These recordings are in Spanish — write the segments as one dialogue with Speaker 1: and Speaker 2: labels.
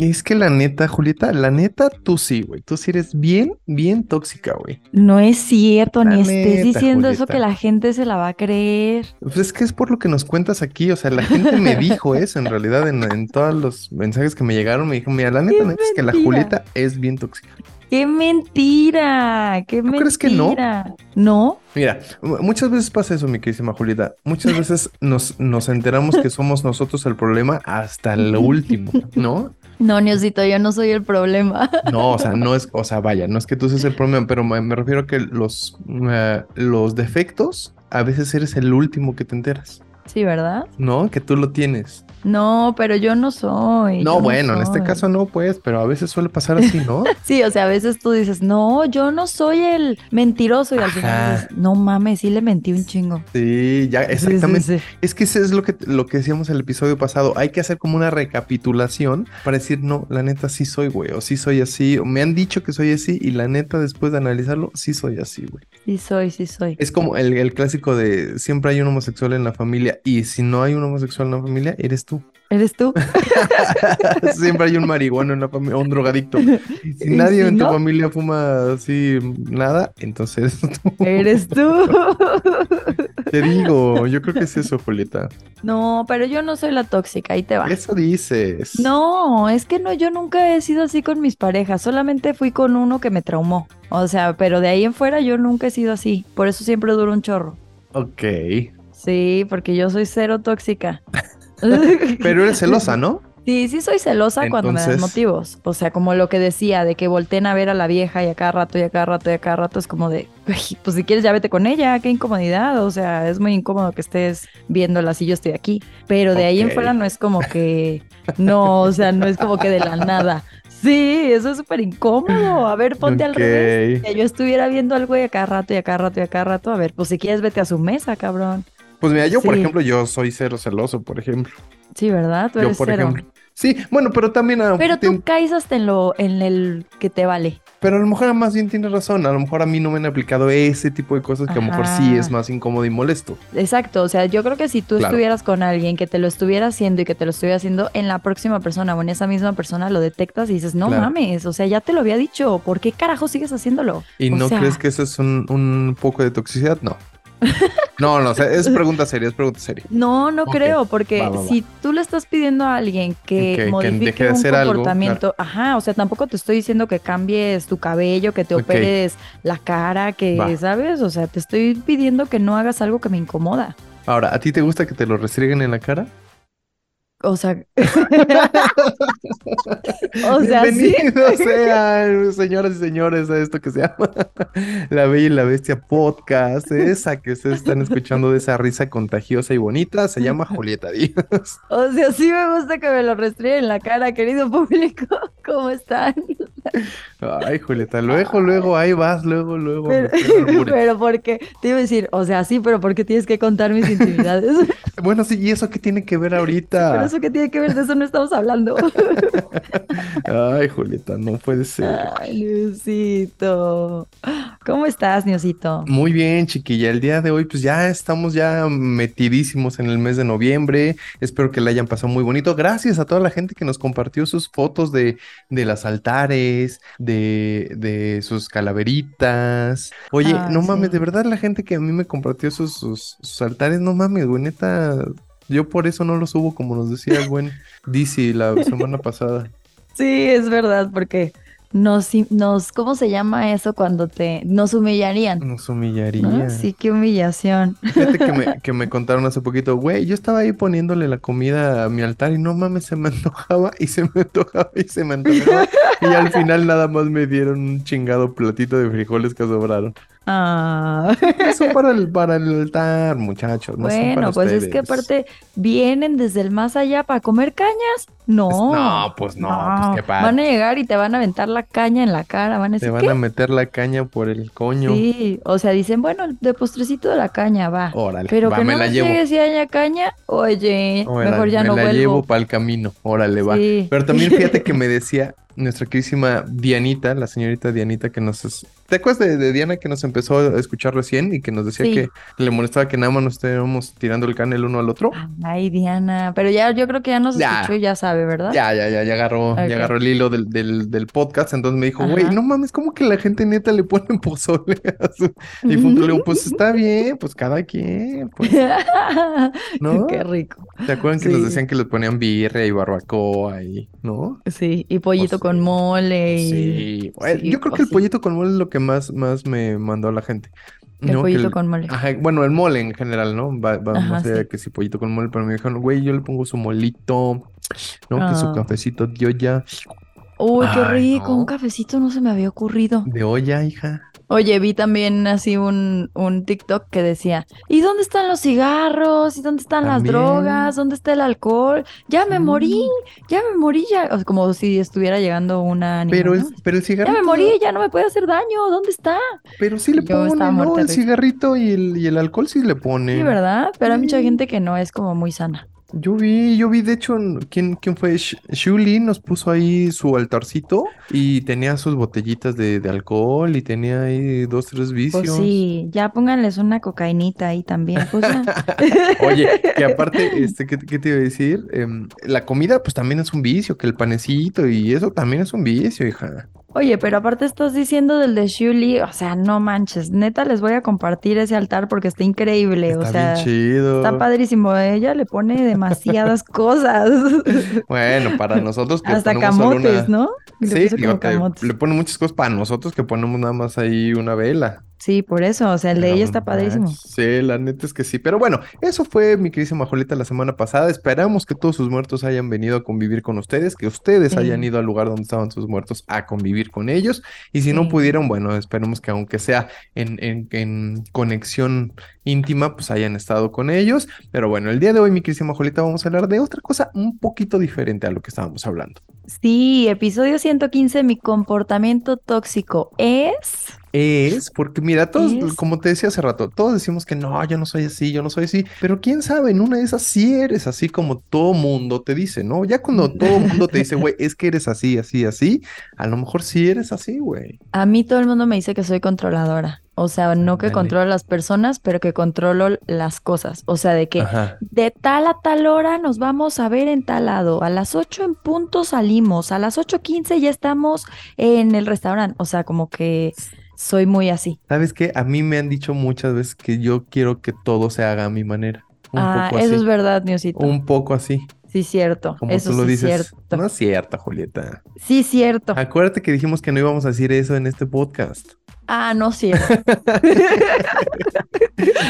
Speaker 1: Es que la neta, Julieta, la neta, tú sí, güey. Tú sí eres bien, bien tóxica, güey.
Speaker 2: No es cierto,
Speaker 1: La
Speaker 2: ni
Speaker 1: neta,
Speaker 2: estés diciendo eso
Speaker 1: Julieta.
Speaker 2: que la gente se la va a creer.
Speaker 1: Pues es que es por lo que nos cuentas aquí. O sea, la gente me dijo eso en realidad en, en todos los mensajes que me llegaron. Me dijo, mira, la neta,
Speaker 2: ¡Qué
Speaker 1: neta, es que la
Speaker 2: mentira!
Speaker 1: Julieta es bien tóxica.
Speaker 2: ¡Qué mentira! ¡Qué mentira!
Speaker 1: crees que no?
Speaker 2: ¿No?
Speaker 1: Mira, mu- muchas veces pasa eso, mi queridísima Julieta. Muchas veces nos, nos enteramos que somos nosotros el problema hasta lo último, ¿no?
Speaker 2: No, Niosito, yo no soy el problema.
Speaker 1: No, o sea, no es, o sea, vaya, no es que tú seas el problema, pero me, me refiero a que los, eh, los defectos a veces eres el último que te enteras,
Speaker 2: Sí, ¿verdad?
Speaker 1: ¿no? Que tú lo tienes.
Speaker 2: No, pero yo no soy. yo
Speaker 1: No, bueno, en este
Speaker 2: soy.
Speaker 1: caso no, pues, pero a veces suele pasar así, ¿no?
Speaker 2: Sí, o sea, a veces tú dices, no, yo no soy el mentiroso. Y al final
Speaker 1: Ajá.
Speaker 2: dices, no mames, sí le mentí un chingo.
Speaker 1: Sí, ya,
Speaker 2: Sí, sí,
Speaker 1: exactamente.
Speaker 2: sí.
Speaker 1: Es que eso es lo que, lo que decíamos en el episodio pasado. Hay que hacer como una recapitulación para decir, no, la neta sí soy, güey, o sí soy así, o me han dicho que soy así, y la neta después de analizarlo, sí soy así, güey.
Speaker 2: Sí soy, sí soy.
Speaker 1: Es como el, el clásico de siempre hay un homosexual en la familia, y si no hay un homosexual en la familia, eres tú.
Speaker 2: ¿Eres tú?
Speaker 1: siempre hay un marihuano en la familia, un drogadicto. Y si
Speaker 2: ¿Y
Speaker 1: nadie
Speaker 2: si
Speaker 1: en tu
Speaker 2: no?
Speaker 1: familia fuma así nada, entonces eres tú.
Speaker 2: ¿Eres tú?
Speaker 1: Te digo, yo creo que es eso, Julieta.
Speaker 2: no, pero yo no soy la tóxica, ahí te va.
Speaker 1: Eso dices.
Speaker 2: No, es que no, yo nunca he sido así con mis parejas, solamente fui con uno que me traumó. O sea, pero de ahí en fuera yo nunca he sido así, por eso siempre duro un chorro.
Speaker 1: Ok.
Speaker 2: Sí, porque yo soy cero tóxica.
Speaker 1: Pero eres celosa, ¿no?
Speaker 2: Sí, sí soy celosa cuando me dan
Speaker 1: Entonces-
Speaker 2: motivos. O sea, como lo que decía, de que volteen a ver a la vieja y acá rato y acá rato y acá rato es como de, "Uy, pues si quieres ya vete con ella, qué incomodidad. O sea, es muy incómodo que estés viéndola si yo estoy aquí. Pero de ahí en
Speaker 1: Ok.
Speaker 2: fuera no es como que, no, o sea, no es como que de la nada. Sí, eso es súper incómodo. A ver, ponte al
Speaker 1: Ok.
Speaker 2: revés. Que yo estuviera viendo algo y acá rato y acá rato y acá rato. A ver, pues si quieres vete a su mesa, cabrón.
Speaker 1: Pues mira, yo por
Speaker 2: Sí.
Speaker 1: ejemplo, yo soy cero celoso, por ejemplo.
Speaker 2: Sí, ¿verdad? Tú
Speaker 1: yo
Speaker 2: eres
Speaker 1: por
Speaker 2: cero.
Speaker 1: ejemplo. Sí, bueno, pero también a,
Speaker 2: Pero
Speaker 1: tien-
Speaker 2: tú caes hasta en lo, en el que te vale.
Speaker 1: pero a lo mejor más bien tienes razón, a lo mejor a mí no me han aplicado ese tipo de cosas que a lo mejor sí
Speaker 2: Ajá.
Speaker 1: es más incómodo y molesto.
Speaker 2: Exacto, o sea, yo creo que si tú
Speaker 1: Claro.
Speaker 2: estuvieras con alguien que te lo estuviera haciendo y que te lo estuviera haciendo en la próxima persona o en esa misma persona, lo detectas y dices, no
Speaker 1: Claro.
Speaker 2: mames, o sea, ya te lo había dicho, ¿por qué carajo sigues haciéndolo?
Speaker 1: ¿Y
Speaker 2: O
Speaker 1: no
Speaker 2: sea,
Speaker 1: crees que eso es un, un poco de toxicidad? No. No, no, o sea, es pregunta seria, es pregunta seria.
Speaker 2: No, no
Speaker 1: Ok,
Speaker 2: creo, porque
Speaker 1: va, va, va.
Speaker 2: si tú le estás pidiendo a alguien que
Speaker 1: Que- que
Speaker 2: modifique
Speaker 1: deje de
Speaker 2: un
Speaker 1: hacer algo,
Speaker 2: comportamiento, ajá, o sea, tampoco te estoy diciendo que cambies tu cabello, que te
Speaker 1: Ok.
Speaker 2: operes la cara, que,
Speaker 1: Va.
Speaker 2: ¿sabes? O sea, te estoy pidiendo que no hagas algo que me incomoda.
Speaker 1: Ahora, ¿a ti te gusta que te lo restrieguen en la cara?
Speaker 2: O sea. o sea, sí.
Speaker 1: Bienvenidos sean, señoras y señores, a esto que se llama La Bella y la Bestia Podcast. Esa que ustedes están escuchando de esa risa contagiosa y bonita se llama Julieta Díaz.
Speaker 2: O sea, sí me gusta que me lo restríen en la cara, querido público. ¿Cómo están?
Speaker 1: Ay, Julieta, luego, luego, ahí vas, luego, luego.
Speaker 2: Pero,
Speaker 1: metiendo albures.
Speaker 2: pero porque te iba a decir, o sea, sí, pero porque tienes que contar mis intimidades.
Speaker 1: Bueno, sí, ¿y eso qué tiene que ver
Speaker 2: Pero
Speaker 1: ahorita?
Speaker 2: eso que tiene que ver, de eso no estamos hablando.
Speaker 1: Ay, Julieta, no puede ser.
Speaker 2: Ay, Niosito. ¿Cómo estás, Niosito?
Speaker 1: Muy bien, chiquilla. El día de hoy, pues ya estamos ya metidísimos en el mes de noviembre. Espero que la hayan pasado muy bonito. Gracias a toda la gente que nos compartió sus fotos de, de las altares, de, de sus calaveritas. Oye,
Speaker 2: Ah,
Speaker 1: no mames,
Speaker 2: sí.
Speaker 1: de verdad la gente que a mí me compartió sus, sus, sus altares, no mames, güey, neta. Yo por eso no los subo, como nos decía el buen Dizzy la semana pasada.
Speaker 2: Sí, es verdad, porque nos, nos, ¿cómo se llama eso cuando te, nos humillarían?
Speaker 1: Nos
Speaker 2: ¿no?
Speaker 1: humillaría.
Speaker 2: Ah, Sí, qué humillación.
Speaker 1: Fíjate que me, que me contaron hace poquito, güey, yo estaba ahí poniéndole la comida a mi altar y no mames, se me antojaba y se me antojaba y se me antojaba. Y al final nada más me dieron un chingado platito de frijoles que sobraron.
Speaker 2: Ah.
Speaker 1: No son para el, para el altar, muchachos. No son para
Speaker 2: Bueno, pues es que
Speaker 1: ustedes.
Speaker 2: aparte vienen desde el más allá para comer cañas. No.
Speaker 1: Pues no, pues no, pues qué padre.
Speaker 2: Van a llegar y te van a aventar la caña en la cara, van a
Speaker 1: Te
Speaker 2: decir
Speaker 1: van
Speaker 2: ¿qué?
Speaker 1: a meter la caña por el coño.
Speaker 2: Sí, o sea, dicen, bueno, el de postrecito de la caña va.
Speaker 1: Órale,
Speaker 2: Pero
Speaker 1: va,
Speaker 2: que
Speaker 1: me
Speaker 2: no
Speaker 1: la
Speaker 2: me
Speaker 1: llevo.
Speaker 2: llegue si haya caña, oye,
Speaker 1: Órale,
Speaker 2: mejor ya
Speaker 1: me
Speaker 2: no
Speaker 1: la
Speaker 2: vuelvo.
Speaker 1: llevo para el camino. Órale, va.
Speaker 2: Sí.
Speaker 1: Pero también fíjate que me decía nuestra querísima Dianita, la señorita Dianita que nos... es- ¿Te acuerdas de, de Diana que nos empezó a escuchar recién y que nos decía
Speaker 2: Sí.
Speaker 1: que le molestaba que nada más nos estábamos tirando el can el uno al otro?
Speaker 2: Ay, Diana, pero ya yo creo que ya nos
Speaker 1: Ya,
Speaker 2: escuchó y ya sabe, ¿verdad?
Speaker 1: Ya, ya, ya, ya agarró,
Speaker 2: Ok.
Speaker 1: ya agarró el hilo del, del, del podcast. Entonces me dijo, güey,
Speaker 2: Ajá.
Speaker 1: no mames, ¿cómo que la gente neta le pone pozole a su y fue un tulio, Pues está bien, pues cada quien, pues, ¿no?
Speaker 2: Qué rico.
Speaker 1: ¿Te acuerdan que nos
Speaker 2: Sí.
Speaker 1: decían que le ponían birria y barbacoa y, ¿no?
Speaker 2: Sí, y pollito
Speaker 1: Pues,
Speaker 2: con mole y
Speaker 1: Sí, bueno,
Speaker 2: sí,
Speaker 1: yo creo
Speaker 2: pues
Speaker 1: que el
Speaker 2: sí.
Speaker 1: pollito con mole es lo que más, más me mandó la gente.
Speaker 2: el
Speaker 1: ¿no? Que
Speaker 2: pollito
Speaker 1: el- Ah.
Speaker 2: con mole.
Speaker 1: Ajá, bueno, el mole en general, ¿no? Va, va
Speaker 2: Ajá,
Speaker 1: más allá de
Speaker 2: sí.
Speaker 1: que si pollito con mole, pero me dijeron, güey, yo le pongo su molito, ¿no? Que su
Speaker 2: Ah.
Speaker 1: cafecito de olla,
Speaker 2: Uy, qué
Speaker 1: Ay,
Speaker 2: rico,
Speaker 1: no.
Speaker 2: un cafecito no se me había ocurrido.
Speaker 1: de olla, hija.
Speaker 2: Oye, vi también así un, un TikTok que decía, ¿y dónde están los cigarros? ¿Y dónde están las
Speaker 1: También.
Speaker 2: drogas? ¿Dónde está el alcohol? Ya me
Speaker 1: Sí.
Speaker 2: morí, ya me morí, ya. O sea, como si estuviera llegando una ánima,
Speaker 1: Pero,
Speaker 2: ¿no?
Speaker 1: el, pero el
Speaker 2: Ya me
Speaker 1: cigarrito,
Speaker 2: morí, ya no me puede hacer daño, ¿dónde está?
Speaker 1: pero sí le
Speaker 2: Yo
Speaker 1: ponen,
Speaker 2: estaba
Speaker 1: ¿no?
Speaker 2: muerta
Speaker 1: El
Speaker 2: de risa.
Speaker 1: cigarrito y el, y el alcohol sí le ponen.
Speaker 2: Sí, ¿verdad? Pero hay mucha
Speaker 1: Sí.
Speaker 2: gente que no es como muy sana.
Speaker 1: Yo vi, yo vi, de hecho, en- ¿quién, quién fue? Sh- Shuli nos puso ahí su altarcito y tenía sus botellitas de, de alcohol y tenía ahí dos, tres
Speaker 2: Pues
Speaker 1: vicios.
Speaker 2: sí, ya pónganles una cocainita ahí también, pues ya.
Speaker 1: Oye, que aparte, este, ¿qué, qué te iba a decir? Em, la comida, pues también es un vicio, que el panecito y eso también es un vicio, hija.
Speaker 2: Oye, pero aparte estás diciendo del de Shuli, o sea, no manches, neta les voy a compartir ese altar porque está increíble, o
Speaker 1: Está bien
Speaker 2: sea,
Speaker 1: chido.
Speaker 2: está padrísimo, ¿eh? ella le pone demasiadas cosas,
Speaker 1: Bueno, para nosotros que
Speaker 2: hasta
Speaker 1: ponemos solo
Speaker 2: camotes,
Speaker 1: una-
Speaker 2: ¿no? Le
Speaker 1: Sí,
Speaker 2: puso
Speaker 1: digo,
Speaker 2: como
Speaker 1: te-
Speaker 2: camotes.
Speaker 1: le pone muchas cosas para nosotros que ponemos nada más ahí una vela.
Speaker 2: Sí, por eso, o sea, el de
Speaker 1: Pero
Speaker 2: ella está
Speaker 1: no
Speaker 2: padrísimo.
Speaker 1: manches, Sí, la neta es que sí. Pero bueno, eso fue mi queridísima Jolita la semana pasada. Esperamos que todos sus muertos hayan venido a convivir con ustedes, que ustedes
Speaker 2: Sí.
Speaker 1: hayan ido al lugar donde estaban sus muertos a convivir con ellos. Y si no
Speaker 2: Sí.
Speaker 1: pudieron, bueno, esperemos que aunque sea en, en- en conexión íntima, pues hayan estado con ellos. Pero bueno, el día de hoy, mi queridísima Jolita, vamos a hablar de otra cosa un poquito diferente a lo que estábamos hablando.
Speaker 2: Sí, episodio 115, mi comportamiento tóxico es,
Speaker 1: Es porque, mira, todos,
Speaker 2: Es.
Speaker 1: como te decía hace rato, todos decimos que no, yo no soy así, yo no soy así, pero quién sabe, en una de esas sí eres así como todo mundo te dice, ¿no? Ya cuando
Speaker 2: Mm.
Speaker 1: todo mundo te dice, güey, es que eres así, así, así, a lo mejor sí eres así, güey.
Speaker 2: a mí todo el mundo me dice que soy controladora, o sea, no que
Speaker 1: Ándale.
Speaker 2: controlo las personas, pero que controlo las cosas, o sea, de que...
Speaker 1: Ajá.
Speaker 2: De tal a tal hora nos vamos a ver en tal lado. A las 8 en punto salimos. A las 8.15 ya estamos en el restaurante. O sea, como que soy muy así.
Speaker 1: ¿Sabes qué? A mí me han dicho muchas veces que yo quiero que todo se haga a mi manera. Un
Speaker 2: ah,
Speaker 1: poco
Speaker 2: eso es
Speaker 1: así.
Speaker 2: verdad, Niosito.
Speaker 1: Un poco así,
Speaker 2: Sí, cierto.
Speaker 1: como
Speaker 2: eso
Speaker 1: tú lo
Speaker 2: sí,
Speaker 1: dices.
Speaker 2: cierto.
Speaker 1: No es cierto, Julieta.
Speaker 2: Sí, cierto.
Speaker 1: Acuérdate que dijimos que no íbamos a decir eso en este podcast.
Speaker 2: Ah, no, cierto.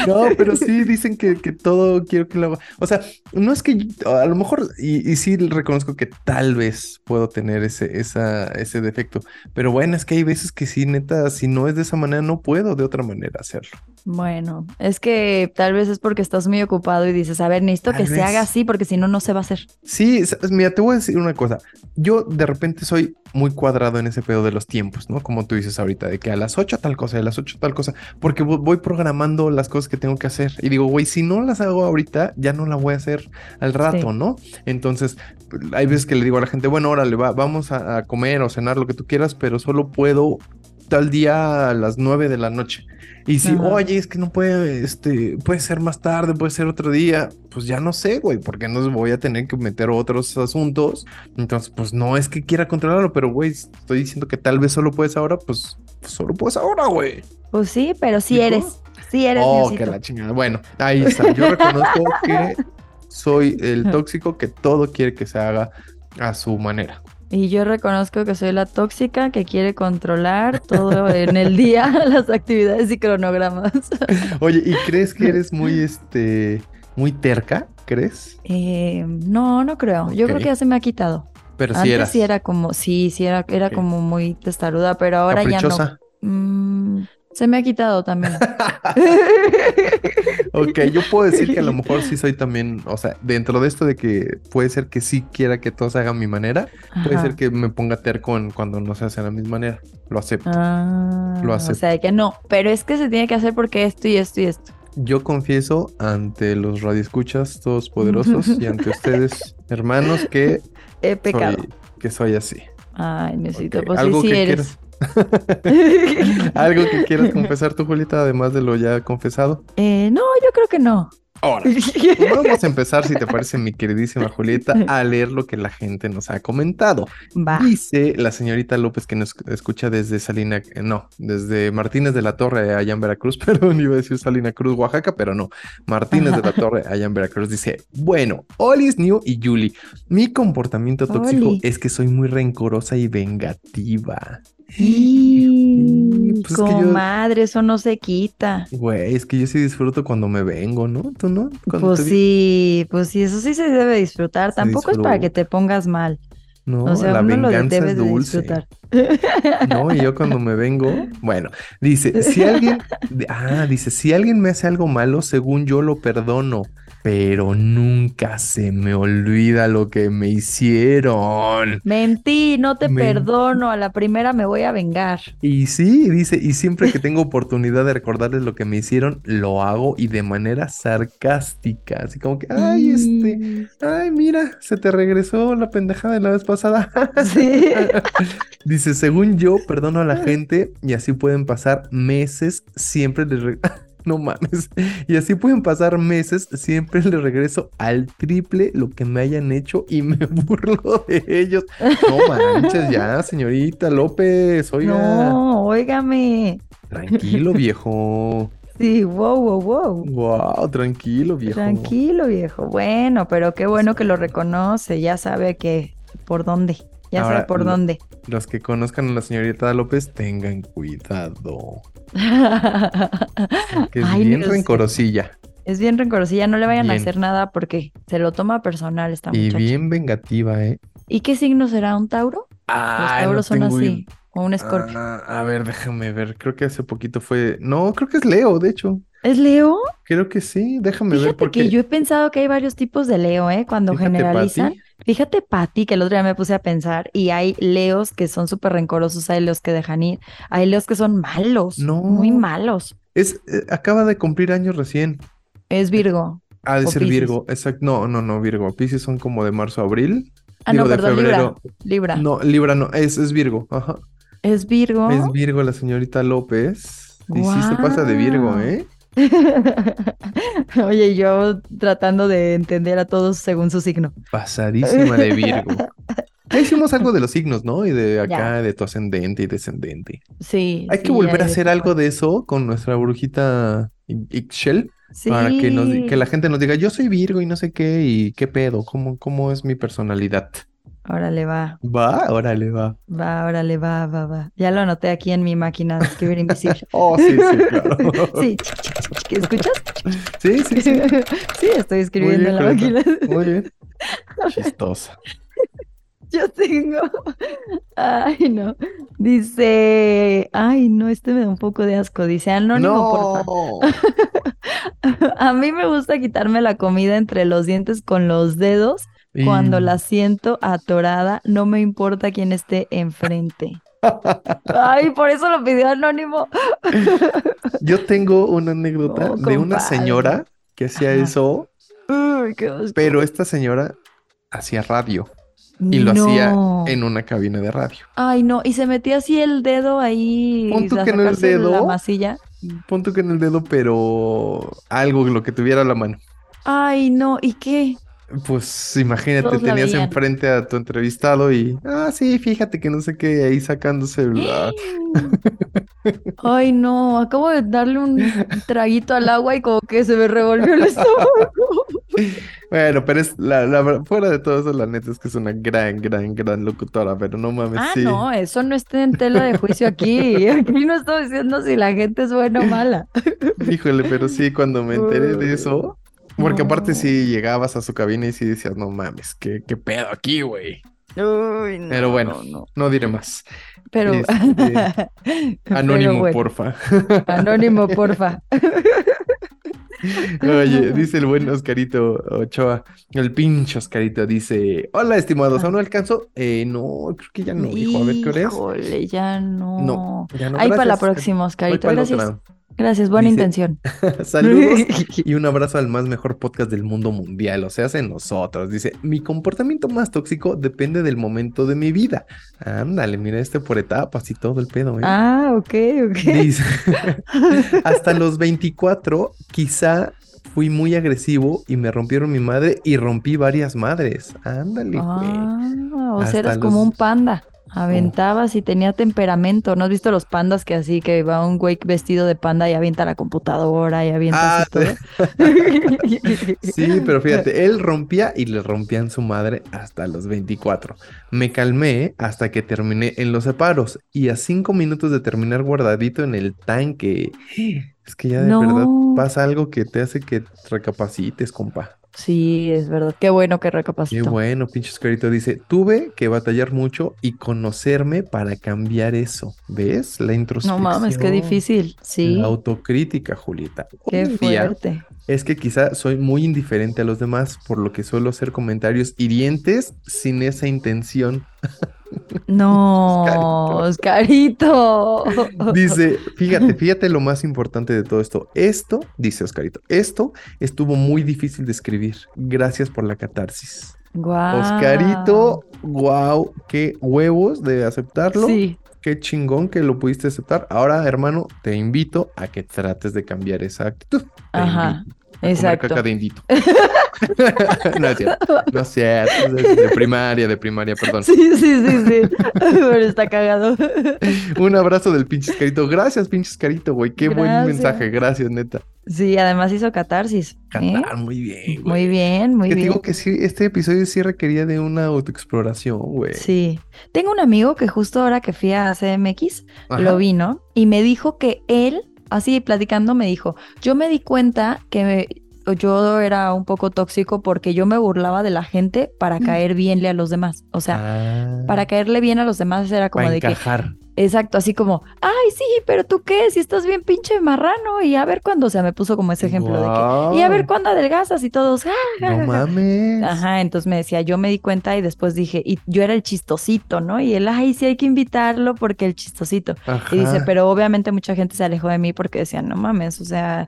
Speaker 1: No, pero sí dicen que, que todo quiero que lo haga. O sea, no es que yo- a lo mejor, y, y sí reconozco que tal vez puedo tener ese, esa, ese defecto, pero bueno, es que hay veces que sí, neta, si no es de esa manera, no puedo de otra manera hacerlo.
Speaker 2: Bueno, es que tal vez es porque estás muy ocupado y dices, a ver, necesito
Speaker 1: Tal
Speaker 2: que se haga
Speaker 1: vez.
Speaker 2: así porque si no, no se va a hacer.
Speaker 1: Sí, sabes, mira, te voy a decir una cosa. Yo de repente soy muy cuadrado en ese pedo de los tiempos, ¿no? Como tú dices ahorita, de que a las 8 tal cosa, a las 8 tal cosa, porque vo- voy programando las cosas que tengo que hacer y digo, güey, si no las hago ahorita, ya no la voy a hacer al rato, ¿no? Entonces, hay veces que le digo a la gente, bueno, órale, va, vamos a, a comer o cenar lo que tú quieras, pero solo puedo tal día a las 9 de la noche. Y si,
Speaker 2: Ajá.
Speaker 1: oye, es que no puede, este, puede ser más tarde, puede ser otro día, pues ya no sé, güey, porque no voy a tener que meter otros asuntos. Entonces, pues no es que quiera controlarlo, pero güey, estoy diciendo que tal vez solo puedes ahora, pues solo puedes ahora, güey.
Speaker 2: Pues sí, pero sí
Speaker 1: ¿Dijo?
Speaker 2: eres. Sí eres,
Speaker 1: Oh,
Speaker 2: Niosito.
Speaker 1: que la chingada. Bueno, ahí está. Yo reconozco que soy el tóxico que todo quiere que se haga a su manera.
Speaker 2: Y yo reconozco que soy la tóxica que quiere controlar todo en el día, las actividades y cronogramas.
Speaker 1: Oye, ¿y crees que eres muy, este, muy terca? ¿Crees?
Speaker 2: Eh, no, no creo. Yo creo
Speaker 1: Ok.
Speaker 2: que ya se me ha quitado.
Speaker 1: Pero si
Speaker 2: Antes
Speaker 1: eras
Speaker 2: sí era como, sí, sí era, era
Speaker 1: Ok.
Speaker 2: como muy testaruda, pero ahora ya
Speaker 1: caprichosa.
Speaker 2: no. Mm, se me ha quitado también.
Speaker 1: Ok, yo puedo decir que a lo mejor sí soy también, o sea, dentro de esto de que puede ser que sí quiera que todo se haga a mi manera, puede ser
Speaker 2: Ajá.
Speaker 1: que me ponga terco en cuando no se hace a mi manera. Lo acepto.
Speaker 2: Ah,
Speaker 1: Lo
Speaker 2: o
Speaker 1: acepto.
Speaker 2: sea, de que no, pero es que se tiene que hacer porque esto y esto y esto.
Speaker 1: Yo confieso ante los radioescuchas todos poderosos y ante ustedes, hermanos, que
Speaker 2: He pecado.
Speaker 1: soy, que soy así.
Speaker 2: Ay, Diosito,
Speaker 1: Ok,
Speaker 2: pues sí,
Speaker 1: algo
Speaker 2: sí
Speaker 1: que
Speaker 2: eres.
Speaker 1: ¿Algo que quieras confesar tú, Julieta, además de lo ya confesado?
Speaker 2: Eh, no, yo creo que no.
Speaker 1: Ahora, vamos a empezar, si te parece, mi queridísima Julieta, a leer lo que la gente nos ha comentado.
Speaker 2: Va.
Speaker 1: Dice la señorita López que nos escucha desde Salina, eh, no, desde Martínez de la Torre allá en Veracruz, perdón, iba a decir Salina Cruz, Oaxaca, pero no, Martínez de la Torre allá en Veracruz dice, bueno, Olis, New y Julie, mi comportamiento tóxico
Speaker 2: Oli.
Speaker 1: es que soy muy rencorosa y vengativa.
Speaker 2: Y...
Speaker 1: Pues es que yo-
Speaker 2: Comadre, eso no se quita.
Speaker 1: Güey, es que yo sí disfruto cuando me vengo, ¿no? ¿Tú no? Cuando
Speaker 2: Pues
Speaker 1: te vi-
Speaker 2: sí, pues sí, eso sí se debe disfrutar.
Speaker 1: Se
Speaker 2: Tampoco es para
Speaker 1: disfruta.
Speaker 2: que te pongas mal.
Speaker 1: No,
Speaker 2: o sea,
Speaker 1: la
Speaker 2: uno lo
Speaker 1: venganza
Speaker 2: de- debe
Speaker 1: es
Speaker 2: de
Speaker 1: dulce.
Speaker 2: disfrutar.
Speaker 1: No, y yo cuando me vengo, bueno, dice, si alguien, de- ah, dice, si alguien me hace algo malo, según yo lo perdono, pero nunca se me olvida lo que me hicieron.
Speaker 2: Mentí, no te
Speaker 1: Men-
Speaker 2: perdono. A la primera me voy a vengar.
Speaker 1: Y sí, dice, y siempre que tengo oportunidad de recordarles lo que me hicieron, lo hago y de manera sarcástica, así como que, ay,
Speaker 2: Mm.
Speaker 1: este, ay, mira, se te regresó la pendejada de la vez pasada.
Speaker 2: Sí.
Speaker 1: Dice, según yo, perdono a la gente y así pueden pasar meses, siempre les re- No mames. Y así pueden pasar meses, siempre les regreso al triple lo que me hayan hecho y me burlo de ellos. No manches, ya, señorita López, oiga.
Speaker 2: No, óigame.
Speaker 1: Tranquilo, viejo.
Speaker 2: Sí, wow, wow, wow.
Speaker 1: Wow, tranquilo, viejo.
Speaker 2: Tranquilo, viejo. Bueno, pero qué bueno que lo reconoce. Ya sabe que por dónde. Ya sabe
Speaker 1: Ahora,
Speaker 2: por
Speaker 1: lo-
Speaker 2: dónde.
Speaker 1: Los que conozcan a la señorita López, tengan cuidado. Que es
Speaker 2: Ah, Ay,
Speaker 1: bien
Speaker 2: pero sí.
Speaker 1: rencorosilla.
Speaker 2: Es bien rencorosilla, no le vayan a
Speaker 1: Bien.
Speaker 2: hacer nada porque se lo toma personal esta
Speaker 1: Y
Speaker 2: muchacha.
Speaker 1: bien vengativa, ¿eh?
Speaker 2: ¿Y qué signo será? ¿Un Tauro? Los
Speaker 1: Ay, no
Speaker 2: Tauros son
Speaker 1: tengo
Speaker 2: así. O un Escorpio.
Speaker 1: Ah, a ver, déjame ver. Creo que hace poquito fue. No, creo que es Leo, de hecho.
Speaker 2: ¿Es Leo?
Speaker 1: Creo que sí. Déjame ver
Speaker 2: Fíjate
Speaker 1: porque.
Speaker 2: que yo he pensado que hay varios tipos de Leo, ¿eh? Cuando
Speaker 1: Fíjate,
Speaker 2: generalizan.
Speaker 1: Pati.
Speaker 2: Fíjate, Pati, que el otro día me puse a pensar y hay Leos que son súper rencorosos, hay Leos que dejan ir, hay Leos que son malos,
Speaker 1: No.
Speaker 2: muy malos.
Speaker 1: Es, eh, acaba de cumplir años recién.
Speaker 2: Es Virgo.
Speaker 1: Ha de
Speaker 2: O
Speaker 1: ser
Speaker 2: Piscis.
Speaker 1: Virgo. Exacto. No, no, no, Virgo. Piscis son como de marzo a abril.
Speaker 2: Ah,
Speaker 1: Digo,
Speaker 2: no,
Speaker 1: de
Speaker 2: perdón,
Speaker 1: febrero.
Speaker 2: Libra. Libra.
Speaker 1: No, Libra no. Es, es Virgo. Ajá.
Speaker 2: Es Virgo.
Speaker 1: Es Virgo la señorita López. Y sí se pasa de Virgo,
Speaker 2: Guau.
Speaker 1: ¿eh?
Speaker 2: Oye, yo tratando de entender a todos según su signo.
Speaker 1: Pasadísima de Virgo. Ya hicimos algo de los signos, ¿no? Y de
Speaker 2: Ya.
Speaker 1: acá, de tu ascendente y descendente.
Speaker 2: Sí.
Speaker 1: Hay que
Speaker 2: sí,
Speaker 1: volver a
Speaker 2: ahí
Speaker 1: hacer
Speaker 2: está.
Speaker 1: algo de eso con nuestra brujita Ixchel para que, nos, di- que
Speaker 2: Sí.
Speaker 1: la gente nos diga, yo soy Virgo y no sé qué, y qué pedo, cómo, cómo es mi personalidad.
Speaker 2: Órale, va.
Speaker 1: Va, órale, va.
Speaker 2: Va, órale, va, va, va. Ya lo anoté aquí en mi máquina de escribir invisible.
Speaker 1: Oh, sí, sí, claro.
Speaker 2: Sí, ¿escuchas?
Speaker 1: Sí, sí, sí.
Speaker 2: Sí, estoy escribiendo en la
Speaker 1: Muy bien,
Speaker 2: máquina.
Speaker 1: Muy bien. Chistosa.
Speaker 2: Yo tengo. Ay, no. Dice. Ay, no, este me da un poco de asco. Dice anónimo, porfa.
Speaker 1: No.
Speaker 2: A mí me gusta quitarme la comida entre los dientes con los dedos. Cuando
Speaker 1: Y-
Speaker 2: la siento atorada, no me importa quién esté enfrente. Ay, por eso lo pidió anónimo.
Speaker 1: Yo tengo una anécdota
Speaker 2: Oh,
Speaker 1: de una
Speaker 2: compadre.
Speaker 1: señora que hacía
Speaker 2: Ajá.
Speaker 1: eso,
Speaker 2: Uy, qué asco.
Speaker 1: pero esta señora hacía radio y lo hacía
Speaker 2: No.
Speaker 1: en una cabina de radio.
Speaker 2: Ay, no. Y se metía así el dedo ahí.
Speaker 1: Pon tú
Speaker 2: a
Speaker 1: que no el
Speaker 2: sacarse La
Speaker 1: dedo.
Speaker 2: masilla.
Speaker 1: Pon tú que en el dedo, pero algo lo que tuviera a la mano.
Speaker 2: Ay, no. ¿Y qué?
Speaker 1: Pues imagínate,
Speaker 2: Todos la
Speaker 1: tenías
Speaker 2: veían.
Speaker 1: enfrente a tu entrevistado y, ah, sí, fíjate que no sé qué, ahí sacándose el- ah,
Speaker 2: ¿Eh? Ay, no, acabo de darle un traguito al agua y como que se me revolvió el estómago.
Speaker 1: Bueno, pero es la, la ver- fuera de todo eso, la neta es que es una gran, gran, gran locutora, pero no mames,
Speaker 2: Ah,
Speaker 1: sí.
Speaker 2: no, eso no está en tela de juicio aquí. Aquí no estoy diciendo si la gente es buena o mala.
Speaker 1: Híjole, pero sí, cuando me enteré de
Speaker 2: Uh,
Speaker 1: eso, porque aparte
Speaker 2: no.
Speaker 1: sí llegabas a su cabina y sí decías, no mames, qué, qué pedo aquí, güey.
Speaker 2: Uy, no,
Speaker 1: Pero bueno.
Speaker 2: no, no.
Speaker 1: No diré más.
Speaker 2: Pero,
Speaker 1: Este,
Speaker 2: pero
Speaker 1: Anónimo,
Speaker 2: bueno,
Speaker 1: porfa.
Speaker 2: Anónimo, porfa.
Speaker 1: Oye, dice el buen Oscarito Ochoa, el pinche Oscarito, dice, hola estimados, ¿aún no alcanzó? Eh, no, creo que ya no, hijo, a ver qué hora es.
Speaker 2: Híjole, ya no.
Speaker 1: No, ya no,
Speaker 2: Ahí para la
Speaker 1: gracias.
Speaker 2: próxima,
Speaker 1: Voy
Speaker 2: Oscarito.
Speaker 1: para la
Speaker 2: Gracias. Gracias, buena
Speaker 1: Dice-
Speaker 2: intención.
Speaker 1: otra. Saludos y un abrazo al más mejor podcast del mundo mundial, o sea, hace nosotros. Dice, mi comportamiento más tóxico depende del momento de mi vida. Ándale, mira este por etapas y todo el pedo, ¿eh?
Speaker 2: Ah, ok, ok.
Speaker 1: Dice, hasta los 24 quizá fui muy agresivo y me rompieron mi madre y rompí varias madres. Ándale, güey.
Speaker 2: Ah, o
Speaker 1: Hasta
Speaker 2: sea, eras
Speaker 1: los-
Speaker 2: como un panda. Aventabas y tenía temperamento. ¿No has visto los pandas que así, que va un güey vestido de panda y avienta la computadora y avienta así
Speaker 1: Ah,
Speaker 2: todo?
Speaker 1: Sí, pero fíjate, él rompía y le rompían su madre hasta los 24. Me calmé hasta que terminé en los separos y a cinco minutos de terminar guardadito en el tanque. Es que ya de verdad
Speaker 2: No.
Speaker 1: pasa algo que te hace que recapacites, compa.
Speaker 2: Sí, es verdad. Qué bueno que
Speaker 1: Qué
Speaker 2: recapacitó.
Speaker 1: bueno, pinche Scarito dice, tuve que batallar mucho y conocerme para cambiar eso. ¿Ves? La
Speaker 2: No
Speaker 1: introspección.
Speaker 2: mames, qué difícil. Sí,
Speaker 1: La autocrítica, Julieta.
Speaker 2: qué
Speaker 1: Hoy en día,
Speaker 2: fuerte.
Speaker 1: es que quizá soy muy indiferente a los demás, por lo que suelo hacer comentarios hirientes sin esa intención.
Speaker 2: No, Oscarito.
Speaker 1: Dice, fíjate, fíjate lo más importante de todo esto. Esto, dice Oscarito, esto estuvo muy difícil de escribir. Gracias por la catarsis.
Speaker 2: Guau.
Speaker 1: Oscarito, wow, qué huevos de aceptarlo.
Speaker 2: Sí,
Speaker 1: Qué chingón que lo pudiste aceptar. Ahora, hermano, te invito a que trates de cambiar esa actitud. Te
Speaker 2: ajá,
Speaker 1: invito a comer
Speaker 2: exacto.
Speaker 1: caca de indito. no es cierto. No es cierto. es de primaria, de primaria, perdón.
Speaker 2: Sí, sí, sí, sí. Pero está cagado.
Speaker 1: Un abrazo del pinche carito. Gracias, pinche carito, güey. Qué buen
Speaker 2: Gracias.
Speaker 1: mensaje. Gracias, neta.
Speaker 2: Sí, además hizo catarsis. ¿eh?
Speaker 1: Cantar, muy bien, güey.
Speaker 2: Muy bien, muy
Speaker 1: Que te
Speaker 2: bien.
Speaker 1: digo que sí, este episodio sí requería de una autoexploración, güey.
Speaker 2: Sí. Tengo un amigo que justo ahora que fui a CMX
Speaker 1: Ajá.
Speaker 2: lo vino y me dijo que él, así platicando, me dijo, yo me di cuenta que me- yo era un poco tóxico porque yo me burlaba de la gente para caer bienle a los demás. O sea,
Speaker 1: Mm. Ah,
Speaker 2: para caerle bien a los demás era como
Speaker 1: para
Speaker 2: de que,
Speaker 1: encajar.
Speaker 2: exacto, así como, ay, sí, pero tú qué, si estás bien pinche marrano y a ver cuándo, o sea, me puso como ese ejemplo de que... Y a ver
Speaker 1: Guau.
Speaker 2: cuándo adelgazas y todos. ah, ja, ja,
Speaker 1: No
Speaker 2: ja.
Speaker 1: mames.
Speaker 2: Ajá, entonces me decía, yo me di cuenta y después dije, y yo era el chistosito, ¿no? Y él, ay, sí hay que invitarlo porque el chistosito. Y dice,
Speaker 1: Ajá.
Speaker 2: pero obviamente mucha gente se alejó de mí porque decían, no mames, o sea,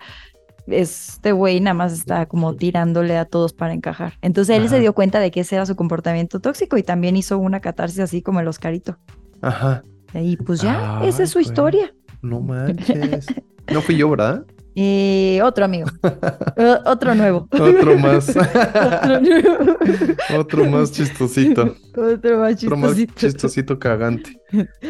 Speaker 2: este güey nada más está como tirándole a todos para encajar. Entonces él se
Speaker 1: Ajá.
Speaker 2: dio cuenta de que ese era su comportamiento tóxico y también hizo una catarsis así como el Oscarito.
Speaker 1: Ajá.
Speaker 2: Y pues ya, esa es
Speaker 1: Ay,
Speaker 2: su
Speaker 1: güey.
Speaker 2: historia.
Speaker 1: No manches. No fui yo, ¿verdad?
Speaker 2: Eh, otro amigo, Eh, otro nuevo.
Speaker 1: Otro más.
Speaker 2: Otro nuevo.
Speaker 1: Otro más chistosito.
Speaker 2: Otro más
Speaker 1: Otro más
Speaker 2: chistosito.
Speaker 1: chistosito cagante.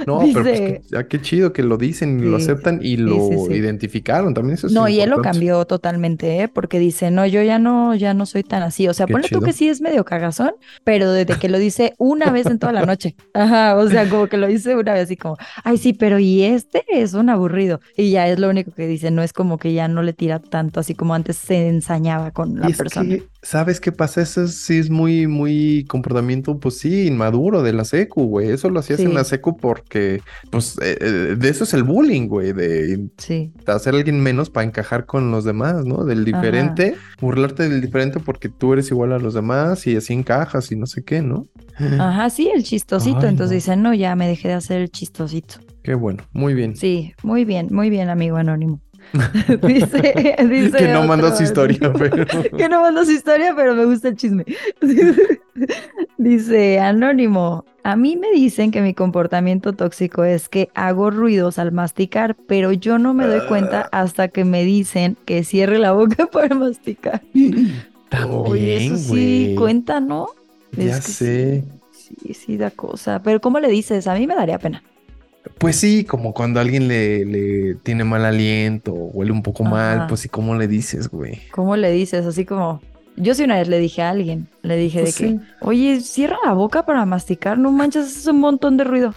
Speaker 1: No, pero pues,
Speaker 2: Dice-
Speaker 1: que- ah, qué chido que lo dicen y lo
Speaker 2: Sí,
Speaker 1: aceptan y lo
Speaker 2: sí, sí.
Speaker 1: identificaron. También eso es
Speaker 2: No, y él lo
Speaker 1: importante.
Speaker 2: cambió totalmente, ¿eh? porque dice, no, yo ya no, ya no soy tan así. O sea,
Speaker 1: Qué
Speaker 2: ponle tú
Speaker 1: chido.
Speaker 2: que sí es medio cagazón, pero desde que lo dice una vez en toda la noche. Ajá, o sea, como que lo dice una vez así como, ay, sí, pero y este es un aburrido. Y ya es lo único que dice, no es como que ya no le tira tanto, así como antes se ensañaba con la
Speaker 1: Y es
Speaker 2: persona.
Speaker 1: que, ¿sabes qué pasa? Eso es- sí es muy, muy comportamiento, pues sí, inmaduro de la secu, güey. Eso lo hacías
Speaker 2: Sí.
Speaker 1: en la secu porque, pues, eh, eh, de eso es el bullying, güey, de
Speaker 2: Sí,
Speaker 1: hacer a alguien menos para encajar con los demás, ¿no? Del diferente, burlarte del diferente porque tú eres igual a los demás y así encajas y no sé qué, ¿no?
Speaker 2: ajá, sí, el chistosito.
Speaker 1: Eh. Ay,
Speaker 2: Entonces
Speaker 1: no.
Speaker 2: dice, no, ya me dejé de hacer el chistosito.
Speaker 1: Qué bueno, muy bien.
Speaker 2: Sí, muy bien, muy bien, amigo anónimo. dice, dice
Speaker 1: que no
Speaker 2: otro,
Speaker 1: mandas historia, pero...
Speaker 2: que no mando su historia, pero me gusta el chisme. Dice Anónimo, a mí me dicen que mi comportamiento tóxico es que hago ruidos al masticar, pero yo no me doy cuenta hasta que me dicen que cierre la boca para masticar. Oye,
Speaker 1: También,
Speaker 2: eso sí
Speaker 1: güey.
Speaker 2: cuenta, ¿no?
Speaker 1: Ya
Speaker 2: Es que
Speaker 1: sé.
Speaker 2: Sí, sí da cosa. Pero ¿cómo le dices? A mí me daría pena.
Speaker 1: Pues sí, como cuando alguien le, le tiene mal aliento o huele un poco mal,
Speaker 2: Ajá.
Speaker 1: pues sí, ¿cómo le dices, güey?
Speaker 2: ¿Cómo le dices? Así como... Yo sí una vez le dije a alguien, le dije
Speaker 1: Pues
Speaker 2: de que...
Speaker 1: sí.
Speaker 2: Oye, cierra la boca para masticar, no manches, es un montón de ruido.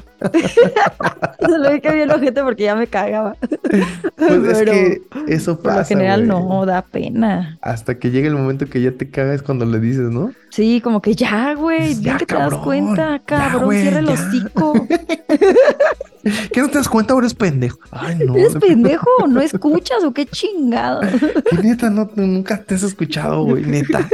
Speaker 2: Se lo dije bien ojete porque ya me cagaba.
Speaker 1: Pues es
Speaker 2: Pero
Speaker 1: que eso
Speaker 2: por
Speaker 1: pasa.
Speaker 2: lo general
Speaker 1: güey.
Speaker 2: no, da pena.
Speaker 1: Hasta que llega el momento que ya te cagas cuando le dices, ¿no?
Speaker 2: Sí, como que ya, güey,
Speaker 1: Pues Ya,
Speaker 2: ya que te
Speaker 1: cabrón,
Speaker 2: das cuenta,
Speaker 1: ya,
Speaker 2: cabrón,
Speaker 1: güey,
Speaker 2: cierra el
Speaker 1: ya.
Speaker 2: hocico.
Speaker 1: ¿Qué no te das cuenta ahora es pendejo? Ay, no.
Speaker 2: ¿Eres pendejo? ¿No escuchas o qué chingado?
Speaker 1: Que neta, no, nunca te has escuchado, güey, neta.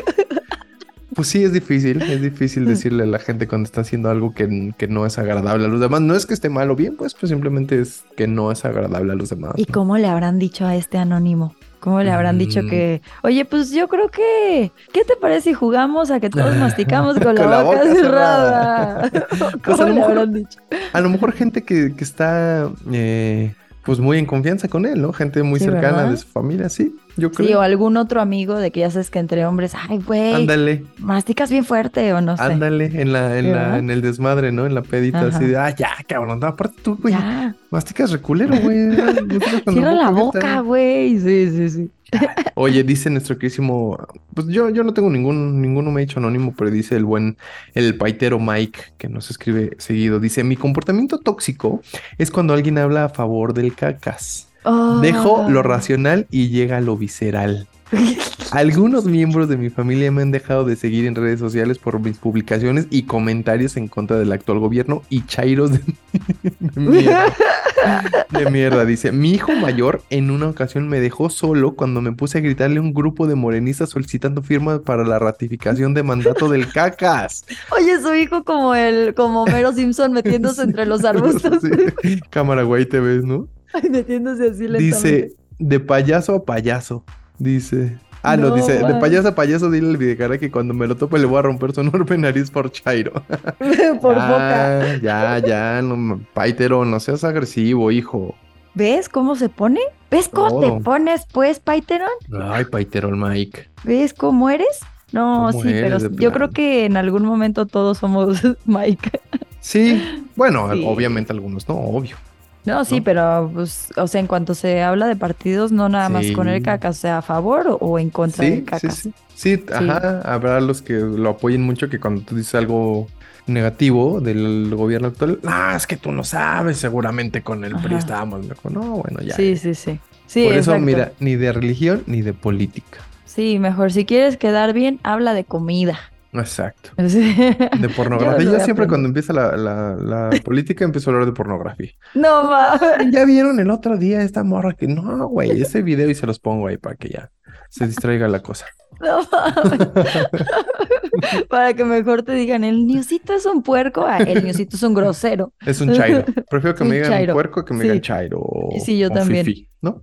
Speaker 1: Pues sí, es difícil, es difícil
Speaker 2: Mm.
Speaker 1: decirle a la gente cuando está haciendo algo que, que no es agradable a los demás. No es que esté mal o bien, pues, pues simplemente es que no es agradable a los demás.
Speaker 2: ¿Y
Speaker 1: ¿no?
Speaker 2: cómo le habrán dicho a este anónimo? ¿Cómo le habrán dicho
Speaker 1: Mm.
Speaker 2: que, oye, pues yo creo que, ¿qué te parece si jugamos a que todos masticamos con,
Speaker 1: Con
Speaker 2: la, boca cerrada?
Speaker 1: cerrada. Pues
Speaker 2: ¿Cómo
Speaker 1: a lo
Speaker 2: le
Speaker 1: mejor-
Speaker 2: habrán dicho?
Speaker 1: A lo mejor gente que, que está eh, pues muy en confianza con él, ¿no? Gente muy
Speaker 2: Sí,
Speaker 1: cercana
Speaker 2: ¿verdad?
Speaker 1: de su familia, sí. yo
Speaker 2: Sí, o
Speaker 1: creo.
Speaker 2: algún otro amigo de que ya sabes que entre hombres, ay, güey,
Speaker 1: ándale,
Speaker 2: masticas bien fuerte o no sé.
Speaker 1: ándale, en la,
Speaker 2: Sí,
Speaker 1: en la,
Speaker 2: ¿verdad?
Speaker 1: en el desmadre, ¿no? En la pedita,
Speaker 2: Ajá.
Speaker 1: así de, ah, ya, cabrón, no, aparte tú, güey,
Speaker 2: Ya,
Speaker 1: masticas reculero, güey. ah, no tienes con
Speaker 2: cierra la
Speaker 1: abierta".
Speaker 2: boca, güey. Sí, sí, sí.
Speaker 1: Oye, dice nuestro querísimo, pues yo, yo no tengo ningún, ningún hecho anónimo, pero dice el buen, el paitero Mike, que nos escribe seguido, dice, mi comportamiento tóxico es cuando alguien habla a favor del cacas. Dejo lo
Speaker 2: racional.
Speaker 1: racional y llega a lo visceral. Algunos miembros de mi familia me han dejado de seguir en redes sociales por mis publicaciones y comentarios en contra del actual gobierno y chairos de, de mierda. De mierda, dice. Mi hijo mayor en una ocasión me dejó solo cuando me puse a gritarle a un grupo de morenistas solicitando firmas para la ratificación de mandato del cacas.
Speaker 2: Oye, su hijo como el, como Mero Simpson metiéndose entre los arbustos,
Speaker 1: Sí. Cámara, güey, te ves, ¿no?
Speaker 2: Ay, metiéndose así lentamente.
Speaker 1: Dice, de payaso a payaso. Dice. Ah, no,
Speaker 2: No,
Speaker 1: dice, de
Speaker 2: man.
Speaker 1: payaso a payaso, dile al videocara que cuando me lo tope le voy a romper su enorme nariz por Chairo.
Speaker 2: por boca.
Speaker 1: Ah, Ya, ya, no, ma- Paitero, no seas agresivo, hijo.
Speaker 2: ¿Ves cómo se pone? ¿Ves cómo
Speaker 1: Todo.
Speaker 2: te pones, pues, Paiteron?
Speaker 1: Ay, Paitero, el Mike.
Speaker 2: ¿Ves cómo eres? No,
Speaker 1: ¿Cómo
Speaker 2: sí, pero
Speaker 1: eres, de
Speaker 2: yo
Speaker 1: plano?
Speaker 2: creo que en algún momento todos somos Mike.
Speaker 1: Sí, bueno,
Speaker 2: Sí.
Speaker 1: obviamente algunos no, obvio.
Speaker 2: No, sí,
Speaker 1: ¿No?
Speaker 2: pero, pues, o sea, en cuanto se habla de partidos, no nada más con el
Speaker 1: Sí.
Speaker 2: cacas, o sea, a favor o, o en contra
Speaker 1: Sí,
Speaker 2: del
Speaker 1: sí,
Speaker 2: cacas.
Speaker 1: sí. Sí, ajá, habrá los que lo apoyen mucho que cuando tú dices algo negativo del gobierno actual, ah, es que tú no sabes, seguramente con el PRI
Speaker 2: Ajá.
Speaker 1: estábamos mejor. No, bueno, ya.
Speaker 2: sí, sí, sí. Sí,
Speaker 1: Por eso,
Speaker 2: exacto.
Speaker 1: mira, ni de religión ni de política.
Speaker 2: Sí, mejor si quieres quedar bien, habla de comida.
Speaker 1: Exacto.
Speaker 2: Sí.
Speaker 1: De pornografía.
Speaker 2: Yo
Speaker 1: Yo,
Speaker 2: lo voy a
Speaker 1: siempre
Speaker 2: aprender.
Speaker 1: cuando empieza la, la- la política empiezo a hablar de pornografía.
Speaker 2: No mames.
Speaker 1: Ya vieron el otro día esta morra que no, güey, ese video y se los pongo ahí para que ya se distraiga la cosa.
Speaker 2: No mames. Para que mejor te digan, el niusito es un puerco, ah, el niusito es un grosero.
Speaker 1: Es un chairo. Prefiero que
Speaker 2: Un
Speaker 1: me digan
Speaker 2: chairo.
Speaker 1: puerco que me
Speaker 2: Sí.
Speaker 1: digan chairo. o-
Speaker 2: Sí, yo
Speaker 1: o
Speaker 2: también.
Speaker 1: fifí, ¿no?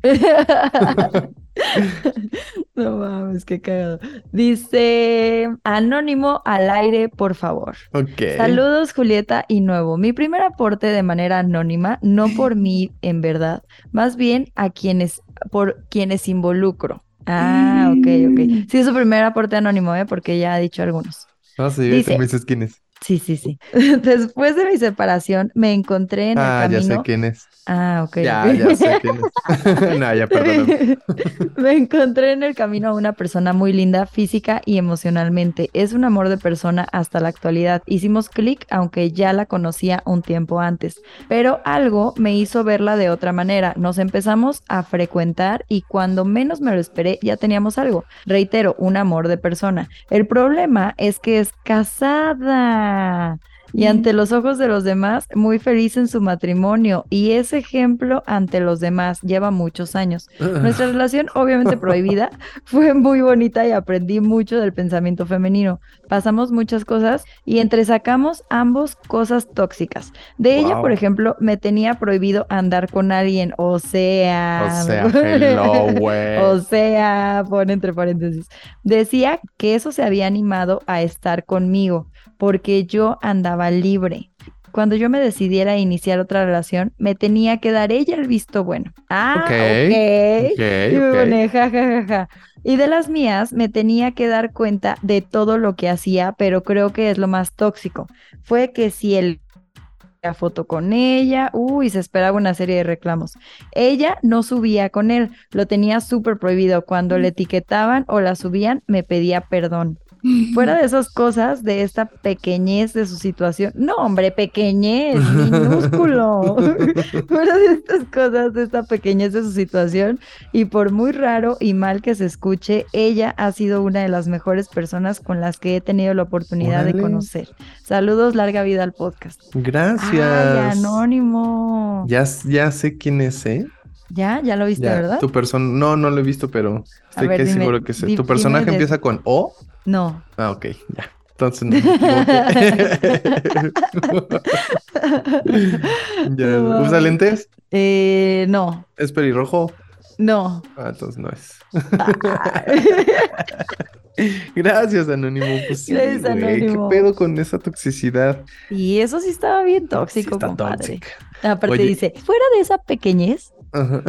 Speaker 2: No mames, qué cagado. Dice, anónimo al aire, por favor.
Speaker 1: Ok.
Speaker 2: Saludos, Julieta y Nuevo. Mi primer aporte de manera anónima, no por mí en verdad, más bien a quienes, por quienes involucro. Ah, ok,
Speaker 1: Mm.
Speaker 2: ok. Sí, es su primer aporte anónimo, ¿eh? porque ya ha dicho algunos.
Speaker 1: Ah, sí,
Speaker 2: Dice-
Speaker 1: ahorita me dices quién es.
Speaker 2: Sí, sí, sí. Después de mi separación, me encontré en
Speaker 1: Ah,
Speaker 2: el
Speaker 1: ya sé
Speaker 2: camino.
Speaker 1: quién es.
Speaker 2: Ah, ok.
Speaker 1: Ya,
Speaker 2: ok.
Speaker 1: ya sé quién es. no, ya perdóname.
Speaker 2: Me encontré en el camino a una persona muy linda física y emocionalmente. Es un amor de persona hasta la actualidad. Hicimos clic, aunque ya la conocía un tiempo antes. Pero algo me hizo verla de otra manera. Nos empezamos a frecuentar y cuando menos me lo esperé ya teníamos algo. Reitero, un amor de persona. El problema es que es casada. Y ante los ojos de los demás, muy feliz en su matrimonio. Y ese ejemplo ante los demás lleva muchos años.
Speaker 1: Ah.
Speaker 2: Nuestra relación, obviamente prohibida, fue muy bonita y aprendí mucho del pensamiento femenino. Pasamos muchas cosas y entresacamos ambos cosas tóxicas. De ella,
Speaker 1: Wow.
Speaker 2: por ejemplo, me tenía prohibido andar con alguien, o sea...
Speaker 1: O sea, hello, güey.
Speaker 2: O sea, pone entre paréntesis. Decía que eso se había animado a estar conmigo porque yo andaba libre. Cuando yo me decidiera a iniciar otra relación, me tenía que dar ella el visto bueno. Ah,
Speaker 1: Ok,
Speaker 2: ok.
Speaker 1: Ok,
Speaker 2: Y me
Speaker 1: ok.
Speaker 2: pone, ja, ja, ja, ja. Y de las mías me tenía que dar cuenta de todo lo que hacía, pero creo que es lo más tóxico. Fue que si él la foto con ella, uy, se esperaba una serie de reclamos. Ella no subía con él, lo tenía súper prohibido. Cuando le etiquetaban o la subían, me pedía perdón. Fuera de esas cosas, de esta pequeñez de su situación. No, hombre, pequeñez, minúsculo. Fuera de estas cosas, de esta pequeñez de su situación, y por muy raro y mal que se escuche, ella ha sido una de las mejores personas con las que he tenido la oportunidad
Speaker 1: Órale.
Speaker 2: de conocer. Saludos, larga vida al podcast. Ay,
Speaker 1: Gracias.
Speaker 2: anónimo.
Speaker 1: Ya, s- ya sé quién es, ¿eh?
Speaker 2: Ya, ya lo viste,
Speaker 1: Ya,
Speaker 2: ¿verdad?
Speaker 1: Tu persona. No, no lo he visto, pero estoy
Speaker 2: ver,
Speaker 1: casi
Speaker 2: dime,
Speaker 1: seguro que sé.
Speaker 2: di-
Speaker 1: ¿Tu personaje
Speaker 2: dime de-
Speaker 1: empieza con O?
Speaker 2: No.
Speaker 1: Ah, ok, ya. Entonces no. me equivoqué. Ya,
Speaker 2: No
Speaker 1: ¿Usa
Speaker 2: mames.
Speaker 1: lentes?
Speaker 2: Eh, no,
Speaker 1: ¿Es pelirrojo?
Speaker 2: no.
Speaker 1: Ah, entonces no es. Gracias, Anónimo. Pues sí,
Speaker 2: Gracias,
Speaker 1: güey,
Speaker 2: Anónimo.
Speaker 1: ¿Qué pedo con esa toxicidad?
Speaker 2: Y eso sí estaba bien
Speaker 1: Sí
Speaker 2: tóxico,
Speaker 1: está
Speaker 2: compadre.
Speaker 1: tóxica.
Speaker 2: Aparte
Speaker 1: Oye.
Speaker 2: dice, fuera de esa pequeñez,
Speaker 1: Ajá.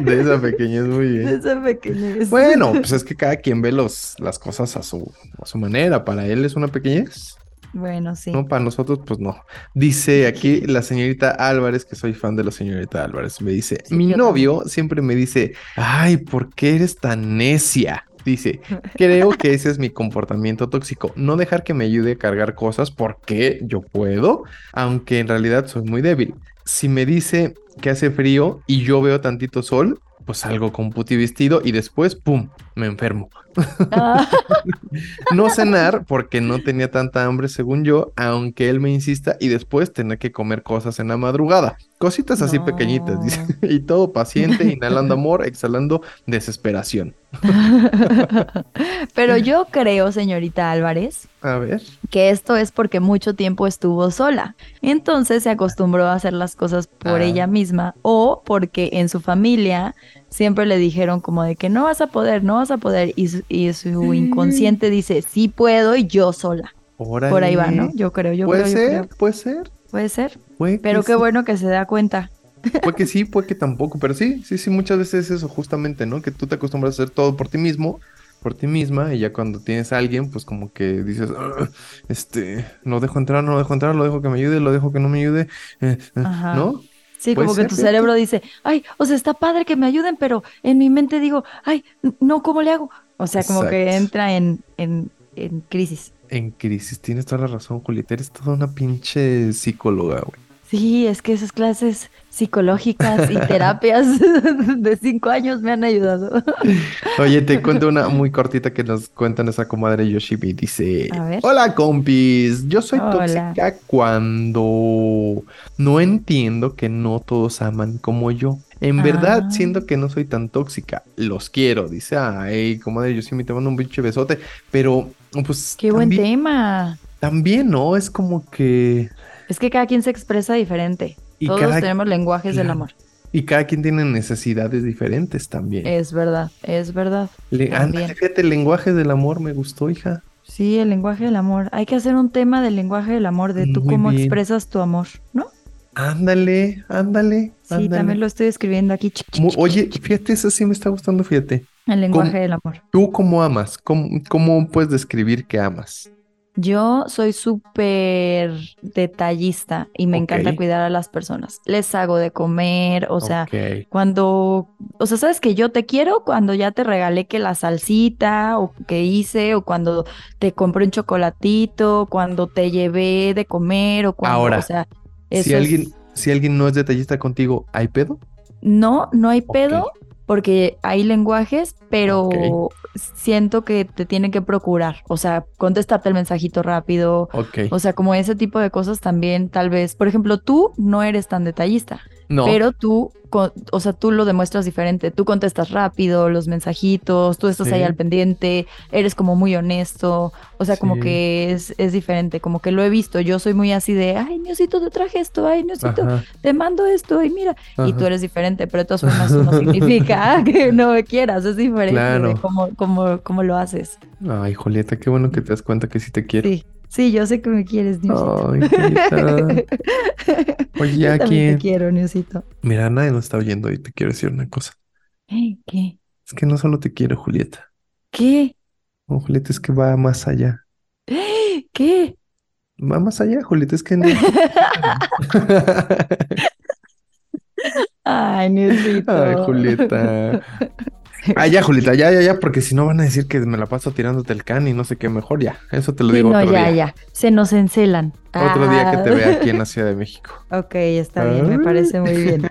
Speaker 1: De esa pequeñez, muy bien.
Speaker 2: Esa pequeñez.
Speaker 1: Bueno, pues es que cada quien ve los, las cosas a su, a su manera. Para él es una pequeñez,
Speaker 2: Bueno, sí.
Speaker 1: ¿no? Para nosotros, pues no. Dice aquí la señorita Álvarez, que soy fan de la señorita Álvarez, me dice,
Speaker 2: Sí,
Speaker 1: mi
Speaker 2: yo también.
Speaker 1: novio siempre me dice, ay, ¿por qué eres tan necia? Dice, creo que ese es mi comportamiento tóxico, no dejar que me ayude a cargar cosas porque yo puedo, aunque en realidad soy muy débil. Si me dice que hace frío y yo veo tantito sol, pues salgo con puti vestido y después, ¡pum!, me enfermo.
Speaker 2: Ah,
Speaker 1: No cenar porque no tenía tanta hambre, según yo, aunque él me insista y después tener que comer cosas en la madrugada. Cositas así
Speaker 2: No.
Speaker 1: pequeñitas, dice. Y todo paciente, inhalando amor, exhalando desesperación.
Speaker 2: Pero yo creo, señorita Álvarez,
Speaker 1: A ver.
Speaker 2: que esto es porque mucho tiempo estuvo sola. Entonces se acostumbró a hacer las cosas por
Speaker 1: Ah.
Speaker 2: ella misma o porque en su familia siempre le dijeron como de que no vas a poder, no vas a poder. Y su, y su
Speaker 1: Sí.
Speaker 2: inconsciente dice, sí puedo y yo sola. Por ahí va, ¿no? Yo creo, yo
Speaker 1: puede
Speaker 2: creo, yo
Speaker 1: ser,
Speaker 2: creo.
Speaker 1: puede ser.
Speaker 2: Puede ser.
Speaker 1: puede que
Speaker 2: Pero qué
Speaker 1: sí.
Speaker 2: bueno que se da cuenta.
Speaker 1: Puede que sí, puede que tampoco, pero sí, sí, sí, muchas veces eso justamente, ¿no? Que tú te acostumbras a hacer todo por ti mismo, por ti misma, y ya cuando tienes a alguien, pues como que dices, "Ah, este, lo dejo entrar, no lo dejo entrar, lo dejo que me ayude, lo dejo que no me ayude, eh, eh",
Speaker 2: Ajá.
Speaker 1: ¿no?
Speaker 2: Sí,
Speaker 1: Puede
Speaker 2: como
Speaker 1: ser,
Speaker 2: que tu
Speaker 1: fíjate.
Speaker 2: cerebro dice, ay, o sea, está padre que me ayuden, pero en mi mente digo, ay, n- no, ¿cómo le hago? O sea, como que
Speaker 1: Exacto.
Speaker 2: entra en, en, en crisis.
Speaker 1: En crisis, tienes toda la razón, Julieta, eres toda una pinche psicóloga, güey.
Speaker 2: Sí, es que esas clases psicológicas y terapias de cinco años me han ayudado.
Speaker 1: Oye, te cuento una muy cortita que nos cuenta nuestra comadre Yoshibi. Dice,
Speaker 2: A ver.
Speaker 1: hola compis, yo soy
Speaker 2: Hola.
Speaker 1: tóxica cuando no entiendo que no todos aman como yo. En verdad,
Speaker 2: Ah.
Speaker 1: siento que no soy tan tóxica. Los quiero, dice, ay, comadre Yoshibi, te mando un pinche besote. Pero, pues,
Speaker 2: Qué buen
Speaker 1: también,
Speaker 2: tema.
Speaker 1: también, ¿no? Es como que...
Speaker 2: Es que cada quien se expresa diferente.
Speaker 1: Y
Speaker 2: Todos
Speaker 1: cada,
Speaker 2: tenemos lenguajes del
Speaker 1: Claro.
Speaker 2: amor.
Speaker 1: y cada quien tiene necesidades diferentes también.
Speaker 2: Es verdad, es verdad.
Speaker 1: Le- ándale,
Speaker 2: Eh, también.
Speaker 1: fíjate, el lenguaje del amor me gustó, hija.
Speaker 2: Sí, el lenguaje del amor. Hay que hacer un tema del lenguaje del amor, de tú
Speaker 1: Muy
Speaker 2: cómo
Speaker 1: bien.
Speaker 2: expresas tu amor, ¿no?
Speaker 1: Ándale, ándale,
Speaker 2: Sí,
Speaker 1: ándale.
Speaker 2: también lo estoy escribiendo aquí. chic, chic,
Speaker 1: Mu-
Speaker 2: chic,
Speaker 1: Oye, fíjate, eso sí me está gustando, fíjate.
Speaker 2: El lenguaje
Speaker 1: ¿Cómo?
Speaker 2: del amor.
Speaker 1: ¿Tú cómo amas? ¿Cómo, cómo puedes describir que amas?
Speaker 2: Yo soy súper detallista y me encanta
Speaker 1: Ok.
Speaker 2: cuidar a las personas. Les hago de comer, o sea,
Speaker 1: Ok.
Speaker 2: cuando, o sea, sabes que yo te quiero cuando ya te regalé que la salsita o que hice, o cuando te compré un chocolatito, cuando te llevé de comer, o cuando,
Speaker 1: Ahora,
Speaker 2: o sea, eso
Speaker 1: Si
Speaker 2: es-
Speaker 1: alguien, si alguien no es detallista contigo, ¿hay pedo?
Speaker 2: No, no hay
Speaker 1: Ok.
Speaker 2: pedo porque hay lenguajes, pero
Speaker 1: Ok.
Speaker 2: siento que te tienen que procurar. O sea, contestarte el mensajito rápido.
Speaker 1: Ok.
Speaker 2: O sea, como ese tipo de cosas también, tal vez. Por ejemplo, tú no eres tan detallista,
Speaker 1: No.
Speaker 2: pero tú, con- o sea, tú lo demuestras diferente. Tú contestas rápido los mensajitos, tú estás ahí
Speaker 1: Sí.
Speaker 2: al pendiente, eres como muy honesto. O sea, como
Speaker 1: Sí.
Speaker 2: que es, es diferente, como que lo he visto. Yo soy muy así de, ay, Niosito, te traje esto, ay, Niosito,
Speaker 1: Ajá,
Speaker 2: te mando esto, y mira y tú
Speaker 1: ajá.
Speaker 2: eres diferente, pero de todas formas eso no significa que no me quieras, es diferente de
Speaker 1: Claro.
Speaker 2: cómo, cómo, cómo lo haces.
Speaker 1: Ay, Julieta, qué bueno que te das cuenta que sí te quiero.
Speaker 2: Sí, sí, yo sé que me quieres, Newsito.
Speaker 1: Ay, Julieta. Oye,
Speaker 2: Yo
Speaker 1: Oh, ah. ya
Speaker 2: también
Speaker 1: que...
Speaker 2: te quiero, Newsito.
Speaker 1: Mira, nadie nos está oyendo y te quiero decir una cosa.
Speaker 2: Ey, ¿Qué?
Speaker 1: Es que no solo te quiero, Julieta.
Speaker 2: ¿Qué?
Speaker 1: No, Julieta, es que va más allá.
Speaker 2: ¿Qué?
Speaker 1: Va más allá, Julieta, es que no.
Speaker 2: Ay, Newsito.
Speaker 1: Ay, Julieta. Ah, ya, Julieta, ya, ya, ya, porque si no van a decir que me la paso tirándote el can y no sé qué, mejor ya. Eso te lo
Speaker 2: Sí,
Speaker 1: digo
Speaker 2: no,
Speaker 1: otro día.
Speaker 2: ya, ya. Se nos encelan.
Speaker 1: Otro día que te
Speaker 2: Ah.
Speaker 1: vea aquí en la Ciudad de México.
Speaker 2: Ok, está bien, me
Speaker 1: Ay.
Speaker 2: parece muy bien.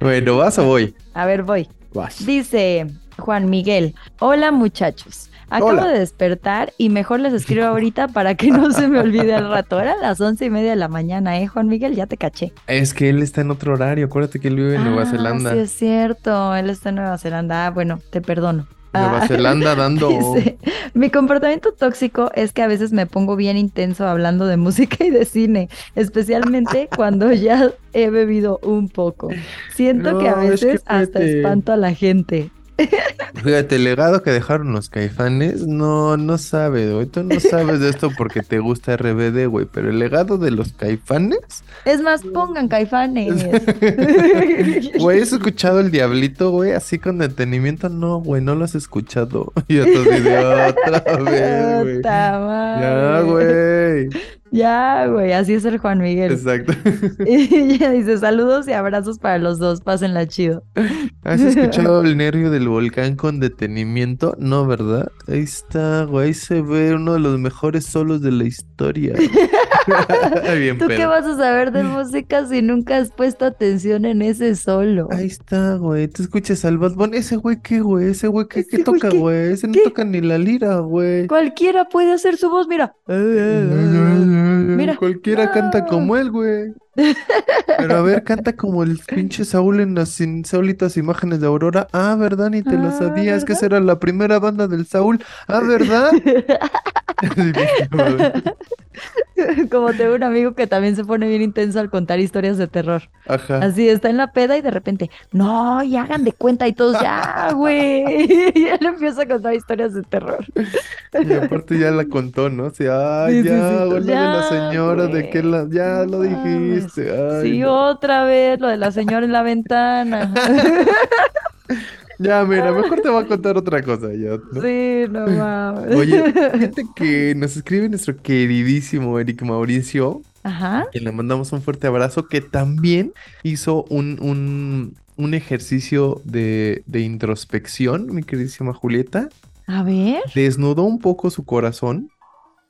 Speaker 1: Bueno, ¿vas o voy?
Speaker 2: A ver, voy.
Speaker 1: Vas.
Speaker 2: Dice Juan Miguel, hola muchachos, acabo
Speaker 1: Hola.
Speaker 2: de despertar y mejor les escribo ahorita para que no se me olvide al rato. Eran las once y media de la mañana, ¿eh, Juan Miguel? Ya te caché.
Speaker 1: Es que él está en otro horario. Acuérdate que él vive en Nueva
Speaker 2: Ah,
Speaker 1: Zelanda.
Speaker 2: Sí, es cierto, él está en Nueva Zelanda. Ah, bueno, te perdono.
Speaker 1: Nueva
Speaker 2: Ah.
Speaker 1: Zelanda dando.
Speaker 2: Dice, mi comportamiento tóxico es que a veces me pongo bien intenso hablando de música y de cine, especialmente cuando ya he bebido un poco. Siento que a
Speaker 1: No, es que
Speaker 2: veces hasta
Speaker 1: fíjate.
Speaker 2: espanto a la gente.
Speaker 1: Fíjate, el legado que dejaron los caifanes, no, no sabe, güey. Tú no sabes de esto porque te gusta RBD, güey. Pero el legado de los caifanes,
Speaker 2: Es más, pongan caifanes.
Speaker 1: güey, ¿has escuchado el diablito, güey? Así con detenimiento, no, güey, no lo has escuchado. Y otro video otra vez, güey.
Speaker 2: Puta
Speaker 1: Ya,
Speaker 2: madre.
Speaker 1: güey.
Speaker 2: Ya, güey, así es el Juan Miguel.
Speaker 1: Exacto.
Speaker 2: Y ella dice, saludos y abrazos para los dos, pásenla chido.
Speaker 1: ¿Has escuchado el nervio del volcán con detenimiento? No, ¿verdad? Ahí está, güey. Ahí se ve uno de los mejores solos de la historia. güey. Bien,
Speaker 2: ¿Tú qué
Speaker 1: pedo.
Speaker 2: vas a saber de música si nunca has puesto atención en ese solo?
Speaker 1: Ahí está, güey. Tú escuchas al Bad Bunny. Ese güey, ¿qué, güey? Ese güey, ¿qué, qué
Speaker 2: Ese güey,
Speaker 1: toca,
Speaker 2: ¿qué?
Speaker 1: güey? Ese no
Speaker 2: ¿Qué?
Speaker 1: toca ni la lira, güey.
Speaker 2: Cualquiera puede hacer su voz, mira. Mira.
Speaker 1: Cualquiera canta
Speaker 2: No.
Speaker 1: como él, güey. Pero a ver, canta como el pinche Saúl en las insólitas imágenes de Aurora. Ah, ¿verdad? Ni te lo
Speaker 2: Ah,
Speaker 1: sabía. Es que esa
Speaker 2: ¿verdad?
Speaker 1: era la primera banda del Saúl. Ah, ¿verdad? Sí, güey.
Speaker 2: Como tengo un amigo que también se pone bien intenso al contar historias de terror.
Speaker 1: Ajá.
Speaker 2: Así está en la peda y de repente, no, y hagan de cuenta y todos, ya, güey. Y él empieza a contar historias de terror.
Speaker 1: Y aparte ya la contó, ¿no? Sí, ay,
Speaker 2: Sí, sí,
Speaker 1: ya,
Speaker 2: sí,
Speaker 1: güey, lo de la
Speaker 2: ya,
Speaker 1: señora, de
Speaker 2: güey.
Speaker 1: que la, ya
Speaker 2: No
Speaker 1: lo
Speaker 2: mames.
Speaker 1: dijiste. Ay,
Speaker 2: sí,
Speaker 1: no.
Speaker 2: otra vez, lo de la señora en la ventana.
Speaker 1: Ya, mira, mejor te voy a contar otra cosa, ya, ¿no?
Speaker 2: Sí, no mames.
Speaker 1: Oye, fíjate que nos escribe nuestro queridísimo Eric Mauricio,
Speaker 2: Ajá.
Speaker 1: que le mandamos un fuerte abrazo, que también hizo un, un, un ejercicio de, de introspección, mi queridísima Julieta.
Speaker 2: A ver.
Speaker 1: Desnudó un poco su corazón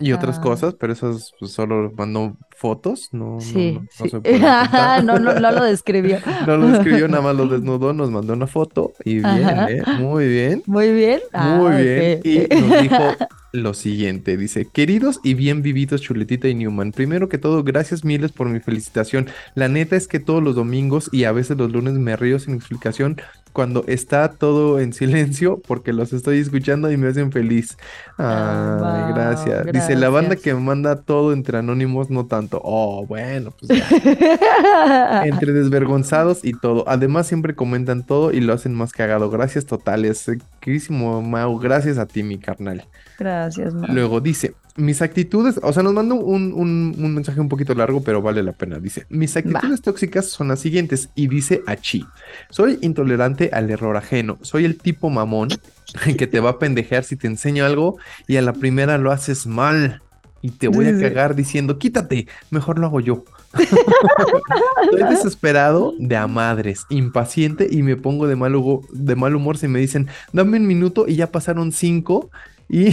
Speaker 1: y otras
Speaker 2: Ah.
Speaker 1: cosas, pero esas pues, solo mandó fotos, no, no-
Speaker 2: Sí,
Speaker 1: no- no
Speaker 2: sí.
Speaker 1: se pueden
Speaker 2: Ajá,
Speaker 1: contar.
Speaker 2: no, no, no lo describió.
Speaker 1: No lo escribió, nada más lo desnudó, nos mandó una foto y bien,
Speaker 2: Ajá.
Speaker 1: ¿eh? Muy bien.
Speaker 2: Muy bien.
Speaker 1: Muy
Speaker 2: Ah,
Speaker 1: bien.
Speaker 2: ok.
Speaker 1: Y nos dijo lo siguiente, dice, queridos y bien vividos Chuletita y Newman, primero que todo, gracias miles por mi felicitación. La neta es que todos los domingos y a veces los lunes me río sin explicación cuando está todo en silencio porque los estoy escuchando y me hacen feliz.
Speaker 2: Ah,
Speaker 1: Ay,
Speaker 2: wow,
Speaker 1: gracias. Dice, la banda que
Speaker 2: gracias.
Speaker 1: manda todo entre anónimos, no tanto. Oh, bueno, pues ya. Entre desvergonzados y todo. Además, siempre comentan todo y lo hacen más cagado. Gracias totales. Eh, Queridísimo Mau, gracias a ti, mi carnal.
Speaker 2: Gracias, ma.
Speaker 1: Luego dice, mis actitudes, o sea, nos manda un, un- un mensaje un poquito largo, pero vale la pena. Dice, mis actitudes tóxicas son las siguientes. Y dice a Chi, soy intolerante al error ajeno. Soy el tipo mamón que te va a pendejear si te enseño algo y a la primera lo haces mal. Y te voy
Speaker 2: Sí,
Speaker 1: a
Speaker 2: sí.
Speaker 1: cagar diciendo, quítate, mejor lo hago yo. Estoy desesperado de a madres, impaciente y me pongo de mal, hugo- de mal humor si me dicen, dame un minuto y ya pasaron cinco y,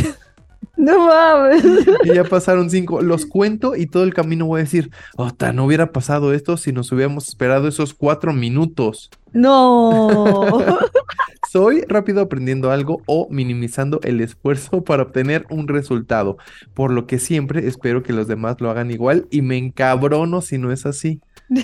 Speaker 2: No mames.
Speaker 1: y ya pasaron cinco. Los cuento y todo el camino voy a decir, ota, no hubiera pasado esto si nos hubiéramos esperado esos cuatro minutos.
Speaker 2: No.
Speaker 1: Soy rápido aprendiendo algo o minimizando el esfuerzo para obtener un resultado, por lo que siempre espero que los demás lo hagan igual y me encabrono si no es así.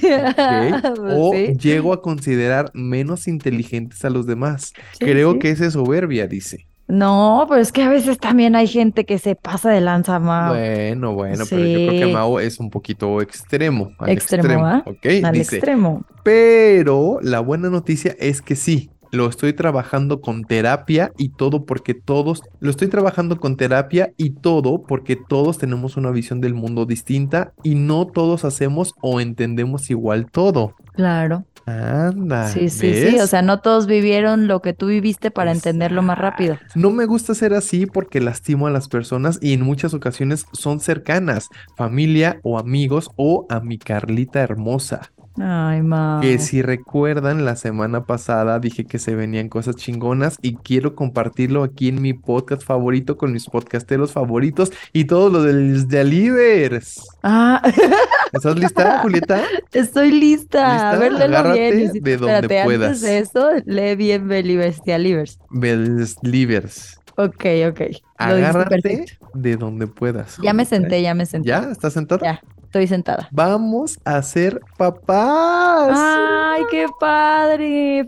Speaker 1: ¿ok?
Speaker 2: Pues
Speaker 1: O
Speaker 2: sí,
Speaker 1: llego a considerar menos inteligentes a los demás.
Speaker 2: sí,
Speaker 1: Creo
Speaker 2: sí.
Speaker 1: que ese es soberbia, dice.
Speaker 2: No, pero es que a veces también hay gente que se pasa de lanza, Mau.
Speaker 1: Bueno, bueno, pero yo creo que
Speaker 2: Ah. Sí.
Speaker 1: Mao es un poquito extremo. al
Speaker 2: Extremo, ¿ah?
Speaker 1: ¿ok?
Speaker 2: Al
Speaker 1: dice,
Speaker 2: extremo.
Speaker 1: pero la buena noticia es que sí, lo estoy trabajando con terapia y todo porque todos, lo estoy trabajando con terapia y todo porque todos tenemos una visión del mundo distinta y no todos hacemos o entendemos igual todo.
Speaker 2: Claro.
Speaker 1: Anda,
Speaker 2: Sí, sí, sí.
Speaker 1: Ah, ¿ves? Pues, ah.
Speaker 2: O sea, no todos vivieron lo que tú viviste para entenderlo más rápido.
Speaker 1: No me gusta ser así porque lastimo a las personas y en muchas ocasiones son cercanas, familia o amigos o a mi Carlita hermosa.
Speaker 2: Ay, Mau.
Speaker 1: Que si recuerdan, la semana pasada dije que se venían cosas chingonas y quiero compartirlo aquí en mi podcast favorito con mis podcasteros favoritos y todos los del delivers.
Speaker 2: Ah,
Speaker 1: ¿Estás lista, Julieta?
Speaker 2: estoy lista.
Speaker 1: ¿Lista?
Speaker 2: A ver, léelo
Speaker 1: Agárrate
Speaker 2: bien. Isidro.
Speaker 1: de donde
Speaker 2: Espérate,
Speaker 1: puedas.
Speaker 2: antes de eso, lee bien Believers y Alivers.
Speaker 1: Delivers.
Speaker 2: Ok, ok. Lo dijiste
Speaker 1: Agárrate
Speaker 2: perfecto.
Speaker 1: de donde puedas.
Speaker 2: Ya me
Speaker 1: Julieta.
Speaker 2: senté, ya me senté.
Speaker 1: ¿Ya? ¿Estás sentada?
Speaker 2: Ya. Estoy sentada.
Speaker 1: Vamos a ser papás.
Speaker 2: ¡Ay, qué padre!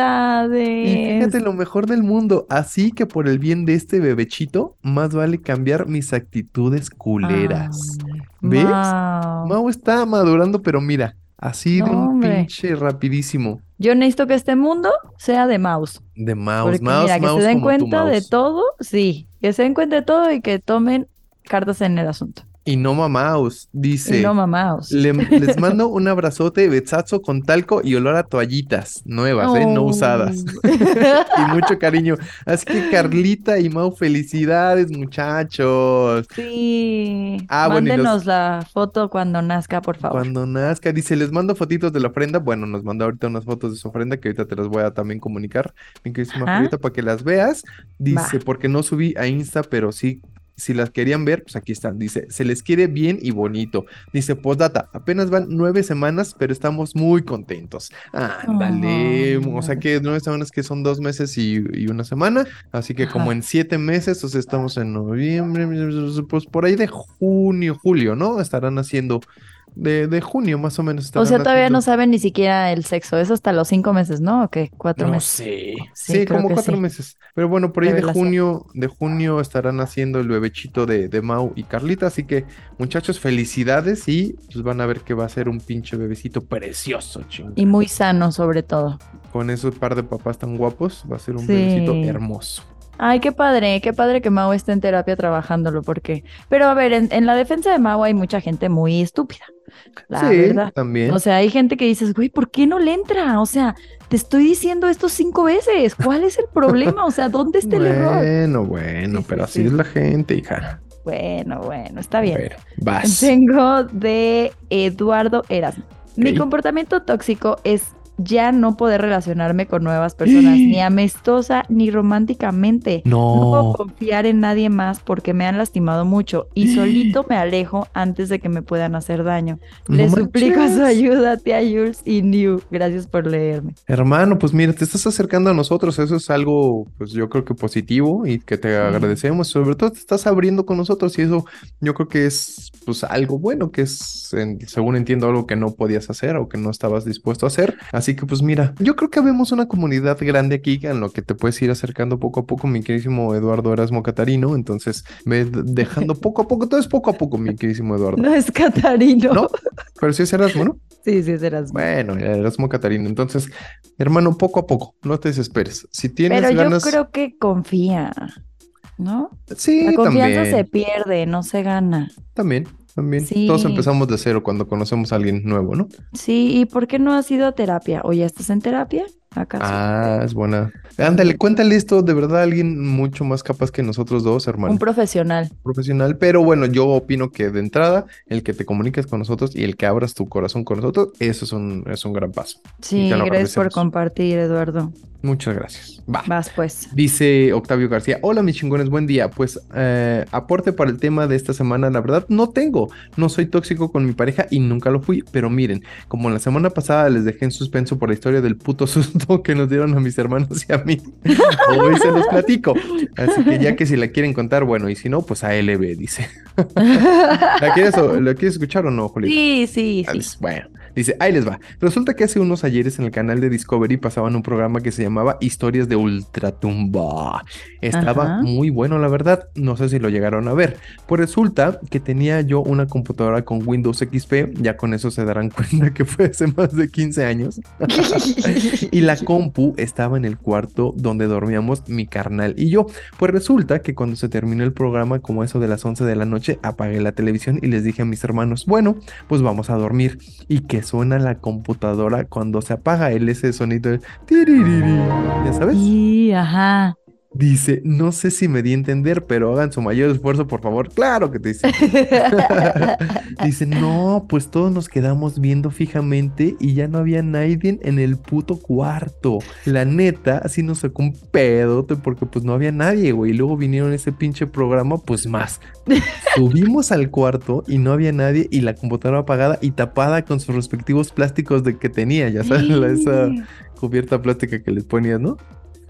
Speaker 1: Y
Speaker 2: ¡Felicidades!
Speaker 1: fíjate lo mejor del mundo. Así que por el bien de este bebechito, más vale cambiar mis actitudes culeras.
Speaker 2: Ay,
Speaker 1: ¿Ves?
Speaker 2: Mau.
Speaker 1: Mau está madurando, pero mira, así de
Speaker 2: No,
Speaker 1: un
Speaker 2: hombre.
Speaker 1: pinche rapidísimo.
Speaker 2: Yo necesito que este mundo sea de mouse.
Speaker 1: De mouse,
Speaker 2: Porque
Speaker 1: mouse,
Speaker 2: mira, que
Speaker 1: mouse
Speaker 2: se den
Speaker 1: como tu
Speaker 2: cuenta de
Speaker 1: mouse.
Speaker 2: todo, sí, que se den cuenta de todo y que tomen cartas en el asunto.
Speaker 1: Y no mamaos, dice.
Speaker 2: Y no mamados.
Speaker 1: Le- les mando un abrazote, besazo con talco y olor a toallitas nuevas, ¿eh? No usadas. Y mucho cariño. Así que Carlita y Mau, felicidades, muchachos.
Speaker 2: sí.
Speaker 1: Ah, bueno, y los-
Speaker 2: Mándenos la foto cuando nazca, por favor.
Speaker 1: Cuando nazca, dice, les mando fotitos de la ofrenda. Bueno, nos mandó ahorita unas fotos de su ofrenda que ahorita te las voy a también comunicar, mi queridísima
Speaker 2: Ajá.
Speaker 1: Julieta, para que las veas. Dice, porque no subí a Insta, pero sí, si las querían ver, pues aquí están. Dice, se les quiere bien y bonito. Dice, postdata, apenas van nueve semanas, pero estamos muy contentos. Ándale,
Speaker 2: Ay.
Speaker 1: o sea que nueve semanas que son dos meses y, y una semana, así que como
Speaker 2: Ajá.
Speaker 1: en siete meses, o sea, estamos en noviembre, pues por ahí de junio, julio, ¿no? Estarán haciendo de, de junio más o menos.
Speaker 2: o sea,
Speaker 1: estarán
Speaker 2: todavía no
Speaker 1: haciendo-
Speaker 2: saben ni siquiera el sexo. Es hasta los cinco meses, ¿no? ¿O qué? Cuatro
Speaker 1: No
Speaker 2: meses.
Speaker 1: sé. Sí,
Speaker 2: Sí, creo
Speaker 1: como
Speaker 2: que
Speaker 1: cuatro
Speaker 2: sí.
Speaker 1: meses. Pero bueno, por ahí de
Speaker 2: Revelación.
Speaker 1: junio, de junio estarán haciendo el bebechito de, de Mau y Carlita. Así que, muchachos, felicidades y pues van a ver que va a ser un pinche bebecito precioso, chingón.
Speaker 2: Y muy sano, sobre todo.
Speaker 1: Con esos par de papás tan guapos, va a ser un
Speaker 2: Sí.
Speaker 1: bebecito hermoso.
Speaker 2: Ay, qué padre, qué padre que Mau esté en terapia trabajándolo, porque. Pero a ver, en, en la defensa de Mau hay mucha gente muy estúpida. La
Speaker 1: sí,
Speaker 2: verdad.
Speaker 1: también.
Speaker 2: O sea, hay gente que dices, güey, ¿por qué no le entra? O sea, te estoy diciendo esto cinco veces. ¿Cuál es el problema? O sea, ¿dónde está el error?
Speaker 1: bueno, bueno,
Speaker 2: Sí, sí,
Speaker 1: pero así
Speaker 2: sí.
Speaker 1: es la gente, hija.
Speaker 2: Bueno, bueno, está bien.
Speaker 1: A ver, vas.
Speaker 2: Tengo de Eduardo Erasmo. Mi
Speaker 1: Ok.
Speaker 2: comportamiento tóxico es ya no poder relacionarme con nuevas personas, ni amistosa ni románticamente. No puedo
Speaker 1: No.
Speaker 2: confiar en nadie más porque me han lastimado mucho y solito me alejo antes de que me puedan hacer daño.
Speaker 1: no
Speaker 2: Les suplico
Speaker 1: manches.
Speaker 2: su ayuda, tía Jules y New. Gracias por leerme.
Speaker 1: Hermano, pues mira, te estás acercando a nosotros, eso es algo, pues yo creo que positivo y que te agradecemos, sobre todo te estás abriendo con nosotros y eso yo creo que es pues algo bueno, que es, en- según entiendo, algo que no podías hacer o que no estabas dispuesto a hacer. Así que pues mira, yo creo que vemos una comunidad grande aquí en lo que te puedes ir acercando poco a poco, mi queridísimo Eduardo Erasmo Catarino, entonces ve d- dejando poco a poco, todo es poco a poco, mi queridísimo Eduardo.
Speaker 2: No es Catarino.
Speaker 1: No. Pero si es Erasmo, ¿no?
Speaker 2: Sí, sí, es Erasmo.
Speaker 1: Bueno, Erasmo Catarino. Entonces, hermano, poco a poco, no te desesperes. Si tienes
Speaker 2: Pero
Speaker 1: ganas,
Speaker 2: yo creo que confía, ¿no?
Speaker 1: sí,
Speaker 2: La confianza
Speaker 1: también,
Speaker 2: se pierde, no se gana.
Speaker 1: también, también.
Speaker 2: Sí.
Speaker 1: Todos empezamos de cero cuando conocemos a alguien nuevo, ¿no?
Speaker 2: Sí, ¿y por qué no has ido a terapia? ¿O ya estás en terapia? ¿Acaso?
Speaker 1: Ah, es buena. Ándale, cuéntale esto de verdad a alguien mucho más capaz que nosotros dos, hermano,
Speaker 2: Un profesional.
Speaker 1: profesional. Pero bueno, yo opino que de entrada, el que te comuniques con nosotros y el que abras tu corazón con nosotros, eso es un, es un gran paso.
Speaker 2: Sí,
Speaker 1: te lo
Speaker 2: gracias por
Speaker 1: agradecemos.
Speaker 2: compartir, Eduardo.
Speaker 1: Muchas gracias. Va.
Speaker 2: Vas pues.
Speaker 1: Dice Octavio García, hola mis chingones, buen día. Pues eh, aporte para el tema de esta semana, la verdad no tengo, no soy tóxico con mi pareja y nunca lo fui, pero miren, como la semana pasada les dejé en suspenso por la historia del puto susto que nos dieron a mis hermanos y a mí, hoy se los platico. Así que ya que si la quieren contar, bueno, y si no, pues a LB, dice. ¿La quieres, o- la quieres escuchar o no, Julieta?
Speaker 2: sí, sí,
Speaker 1: Ah,
Speaker 2: sí.
Speaker 1: pues, Bueno, dice, ahí les va. Resulta que hace unos ayeres en el canal de Discovery pasaban un programa que se llamaba Historias de Ultratumba. Estaba
Speaker 2: Ajá.
Speaker 1: muy bueno, la verdad. No sé si lo llegaron a ver. Pues resulta que tenía yo una computadora con Windows XP. Ya con eso se darán cuenta que fue hace más de 15 años. Y la compu estaba en el cuarto donde dormíamos mi carnal y yo. Pues resulta que cuando se terminó el programa, como eso de las 11 de la noche, apagué la televisión y les dije a mis hermanos, bueno, pues vamos a dormir. Y que suena la computadora cuando se apaga el ese sonido, de tiririri, ya sabes.
Speaker 2: Y, ajá.
Speaker 1: Dice, no sé si me di a entender, pero hagan su mayor esfuerzo, por favor. Claro que te dice. Dice, no, pues todos nos quedamos viendo fijamente y ya no había nadie en el puto cuarto. La neta, así nos sacó un pedote porque pues no había nadie, güey. Y luego vinieron ese pinche programa, pues más. Subimos al cuarto y no había nadie y la computadora apagada y tapada con sus respectivos plásticos de que tenía, ya sabes, la- esa cubierta plástica que les ponías, ¿no?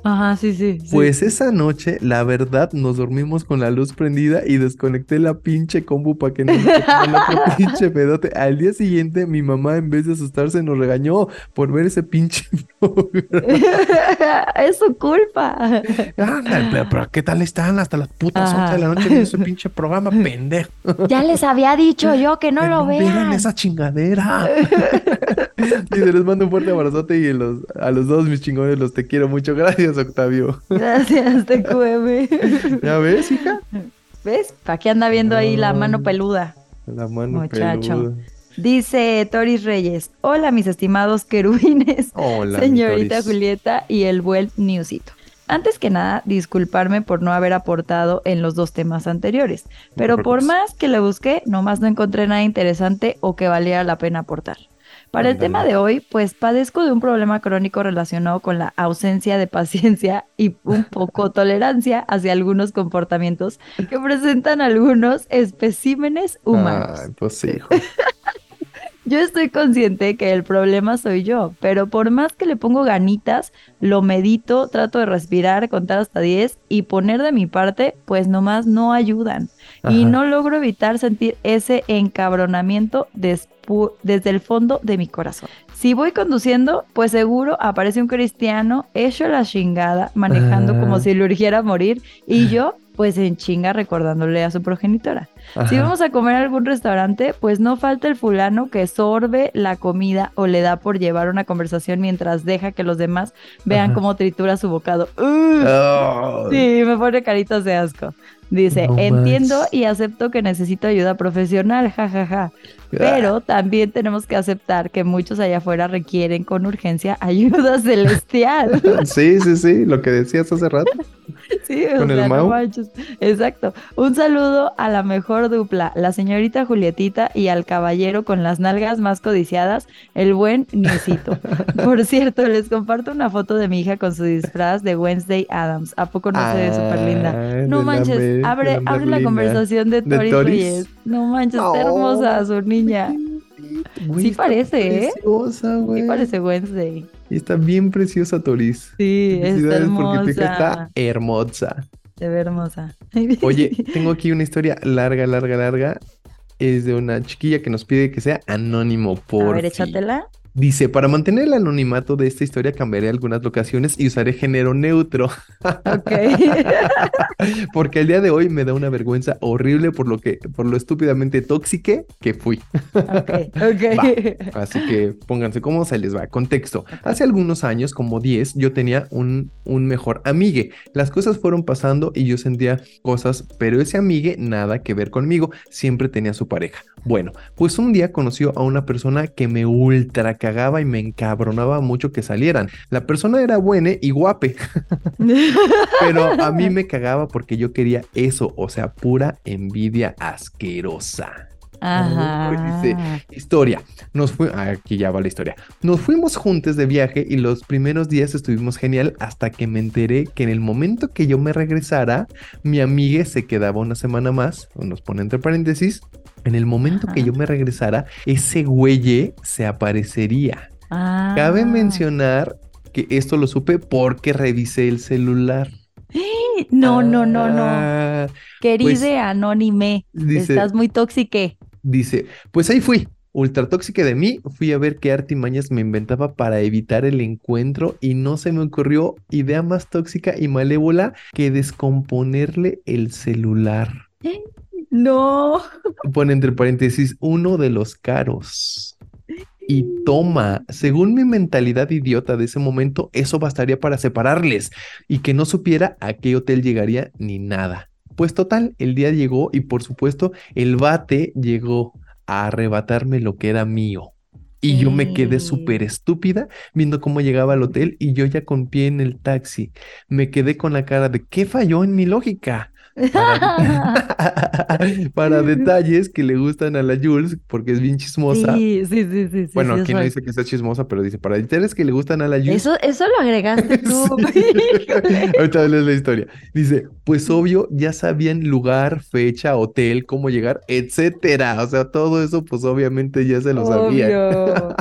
Speaker 2: Ajá, sí, sí. sí.
Speaker 1: Pues esa noche, la verdad, nos dormimos con la luz prendida y desconecté la pinche combo para que no nos tocaran la otra pinche pedote. Al día siguiente, mi mamá, en vez de asustarse, nos regañó por ver ese pinche programa.
Speaker 2: es su culpa.
Speaker 1: Ándale, pero, pero ¿qué tal están hasta las putas
Speaker 2: Ajá.
Speaker 1: 11 de la noche viendo ese pinche programa, pendejo?
Speaker 2: Ya les había dicho yo que no
Speaker 1: Ay,
Speaker 2: lo vean.
Speaker 1: esa chingadera. y se les mando un fuerte abrazote y los, a los dos, mis chingones, los te quiero mucho. Gracias, Octavio.
Speaker 2: Gracias, TQM.
Speaker 1: ¿Ya ves, hija?
Speaker 2: ¿Ves? ¿Para qué anda viendo ahí la mano
Speaker 1: Ay.
Speaker 2: peluda?
Speaker 1: La mano
Speaker 2: Muchacho.
Speaker 1: peluda.
Speaker 2: Dice Toris Reyes. Hola, mis estimados querubines.
Speaker 1: Hola, mi
Speaker 2: Señorita
Speaker 1: Doris.
Speaker 2: Julieta y el buen Newsito. Antes que nada, disculparme por no haber aportado en los dos temas anteriores, pero
Speaker 1: te
Speaker 2: por
Speaker 1: preocupes.
Speaker 2: más que le busqué, nomás no encontré nada interesante o que valiera la pena aportar. Para el
Speaker 1: Ándale.
Speaker 2: tema de hoy, pues padezco de un problema crónico relacionado con la ausencia de paciencia y un poco tolerancia hacia algunos comportamientos que presentan algunos especímenes humanos.
Speaker 1: Ay, pues sí, hijo.
Speaker 2: Yo estoy consciente que el problema soy yo, pero por más que le pongo ganitas, lo medito, trato de respirar, contar hasta 10 y poner de mi parte, pues nomás no ayudan. Y
Speaker 1: Ajá.
Speaker 2: no logro evitar sentir ese encabronamiento despu- desde el fondo de mi corazón. Si voy conduciendo, pues seguro aparece un cristiano hecho la chingada, manejando como
Speaker 1: Ah.
Speaker 2: si le urgiera morir, y yo, pues en chinga recordándole a su progenitora. Si
Speaker 1: Ajá.
Speaker 2: vamos a comer a algún restaurante, pues no falta el fulano que sorbe la comida o le da por llevar una conversación mientras deja que los demás vean
Speaker 1: Ajá.
Speaker 2: cómo tritura su bocado. ¡Ugh!
Speaker 1: Ay,
Speaker 2: Sí, me pone caritas de asco. Dice,
Speaker 1: No
Speaker 2: entiendo
Speaker 1: manches.
Speaker 2: y acepto que necesito ayuda profesional, jajaja.
Speaker 1: Ah.
Speaker 2: Pero también tenemos que aceptar que muchos allá afuera requieren con urgencia ayuda celestial.
Speaker 1: ah. Sí, sí, sí, lo que decías hace rato.
Speaker 2: Sí, o
Speaker 1: Con el
Speaker 2: sea, no
Speaker 1: Mau.
Speaker 2: manches. Exacto. Un saludo a la mejor dupla, la señorita Julietita y al caballero con las nalgas más codiciadas, el buen Niusito. Por cierto, les comparto una foto de mi hija con su disfraz de Wednesday Adams. ¿A poco no se ve súper linda?
Speaker 1: Ay, Ah,
Speaker 2: No
Speaker 1: de la
Speaker 2: manches,
Speaker 1: mer-
Speaker 2: abre,
Speaker 1: de
Speaker 2: abre la
Speaker 1: Merlina.
Speaker 2: conversación de
Speaker 1: ¿De
Speaker 2: Tori
Speaker 1: Toris?
Speaker 2: Reyes. No manches, está
Speaker 1: No.
Speaker 2: hermosa su niña.
Speaker 1: Güey,
Speaker 2: Sí
Speaker 1: está
Speaker 2: parece, ¿eh?
Speaker 1: Preciosa,
Speaker 2: Sí
Speaker 1: güey.
Speaker 2: parece Wednesday.
Speaker 1: Y está bien preciosa, Toris.
Speaker 2: Sí, está
Speaker 1: Felicidades porque tu hija
Speaker 2: hermosa.
Speaker 1: está hermosa.
Speaker 2: Se ve hermosa.
Speaker 1: Oye, tengo aquí una historia larga, larga, larga. Es de una chiquilla que nos pide que sea anónimo,
Speaker 2: a
Speaker 1: por
Speaker 2: ver, échatela.
Speaker 1: Dice, para mantener el anonimato de esta historia cambiaré algunas locaciones y usaré género neutro,
Speaker 2: Ok.
Speaker 1: porque el día de hoy me da una vergüenza horrible por lo que, por lo estúpidamente tóxique que fui.
Speaker 2: Ok, ok.
Speaker 1: Así que pónganse cómo se les va. Contexto. Hace algunos años, como 10, yo tenía un, un mejor amigue. Las cosas fueron pasando y yo sentía cosas, pero ese amigue nada que ver conmigo. Siempre tenía su pareja. Bueno, pues un día conoció a una persona que me ultra cagaba y me encabronaba mucho que salieran. La persona era buena y guape, pero a mí me cagaba porque yo quería eso, o sea, pura envidia asquerosa.
Speaker 2: Ajá.
Speaker 1: Dice, Historia. Nos fue ah, aquí ya va la historia. Nos fuimos juntos de viaje y los primeros días estuvimos genial hasta que me enteré que en el momento que yo me regresara, mi amiga se quedaba una semana más, o nos pone entre paréntesis, en el momento que
Speaker 2: Ajá.
Speaker 1: yo me regresara, ese güey se aparecería.
Speaker 2: Ah.
Speaker 1: Cabe mencionar que esto lo supe porque revisé el celular.
Speaker 2: No, no, no, no.
Speaker 1: Ah,
Speaker 2: Queride
Speaker 1: pues,
Speaker 2: anónime,
Speaker 1: dice,
Speaker 2: estás muy tóxique.
Speaker 1: Dice, pues ahí fui, ultra tóxica de mí, fui a ver qué artimañas me inventaba para evitar el encuentro y no se me ocurrió idea más tóxica y malévola que descomponerle el celular.
Speaker 2: No.
Speaker 1: Pone entre paréntesis, uno de los caros. Y toma, según mi mentalidad idiota de ese momento, eso bastaría para separarles y que no supiera a qué hotel llegaría ni nada. Pues total, el día llegó y por supuesto el bate llegó a arrebatarme lo que era mío. Y yo me quedé
Speaker 2: Sí.
Speaker 1: súper estúpida viendo cómo llegaba al hotel y yo ya con pie en el taxi. Me quedé con la cara de ¿qué falló en mi lógica? para, para detalles que le gustan a la Jules, porque es bien chismosa.
Speaker 2: Sí, sí, sí, sí. sí,
Speaker 1: bueno,
Speaker 2: sí,
Speaker 1: aquí
Speaker 2: es
Speaker 1: no
Speaker 2: real.
Speaker 1: dice que sea chismosa, pero dice para detalles que le gustan a la Jules.
Speaker 2: Eso, eso lo agregaste tú.
Speaker 1: Sí.
Speaker 2: Híjole.
Speaker 1: Ahorita lees la historia. Dice, pues obvio, ya sabían lugar, fecha, hotel, cómo llegar, etcétera. O sea, todo eso, pues obviamente ya se lo sabían.
Speaker 2: Obvio.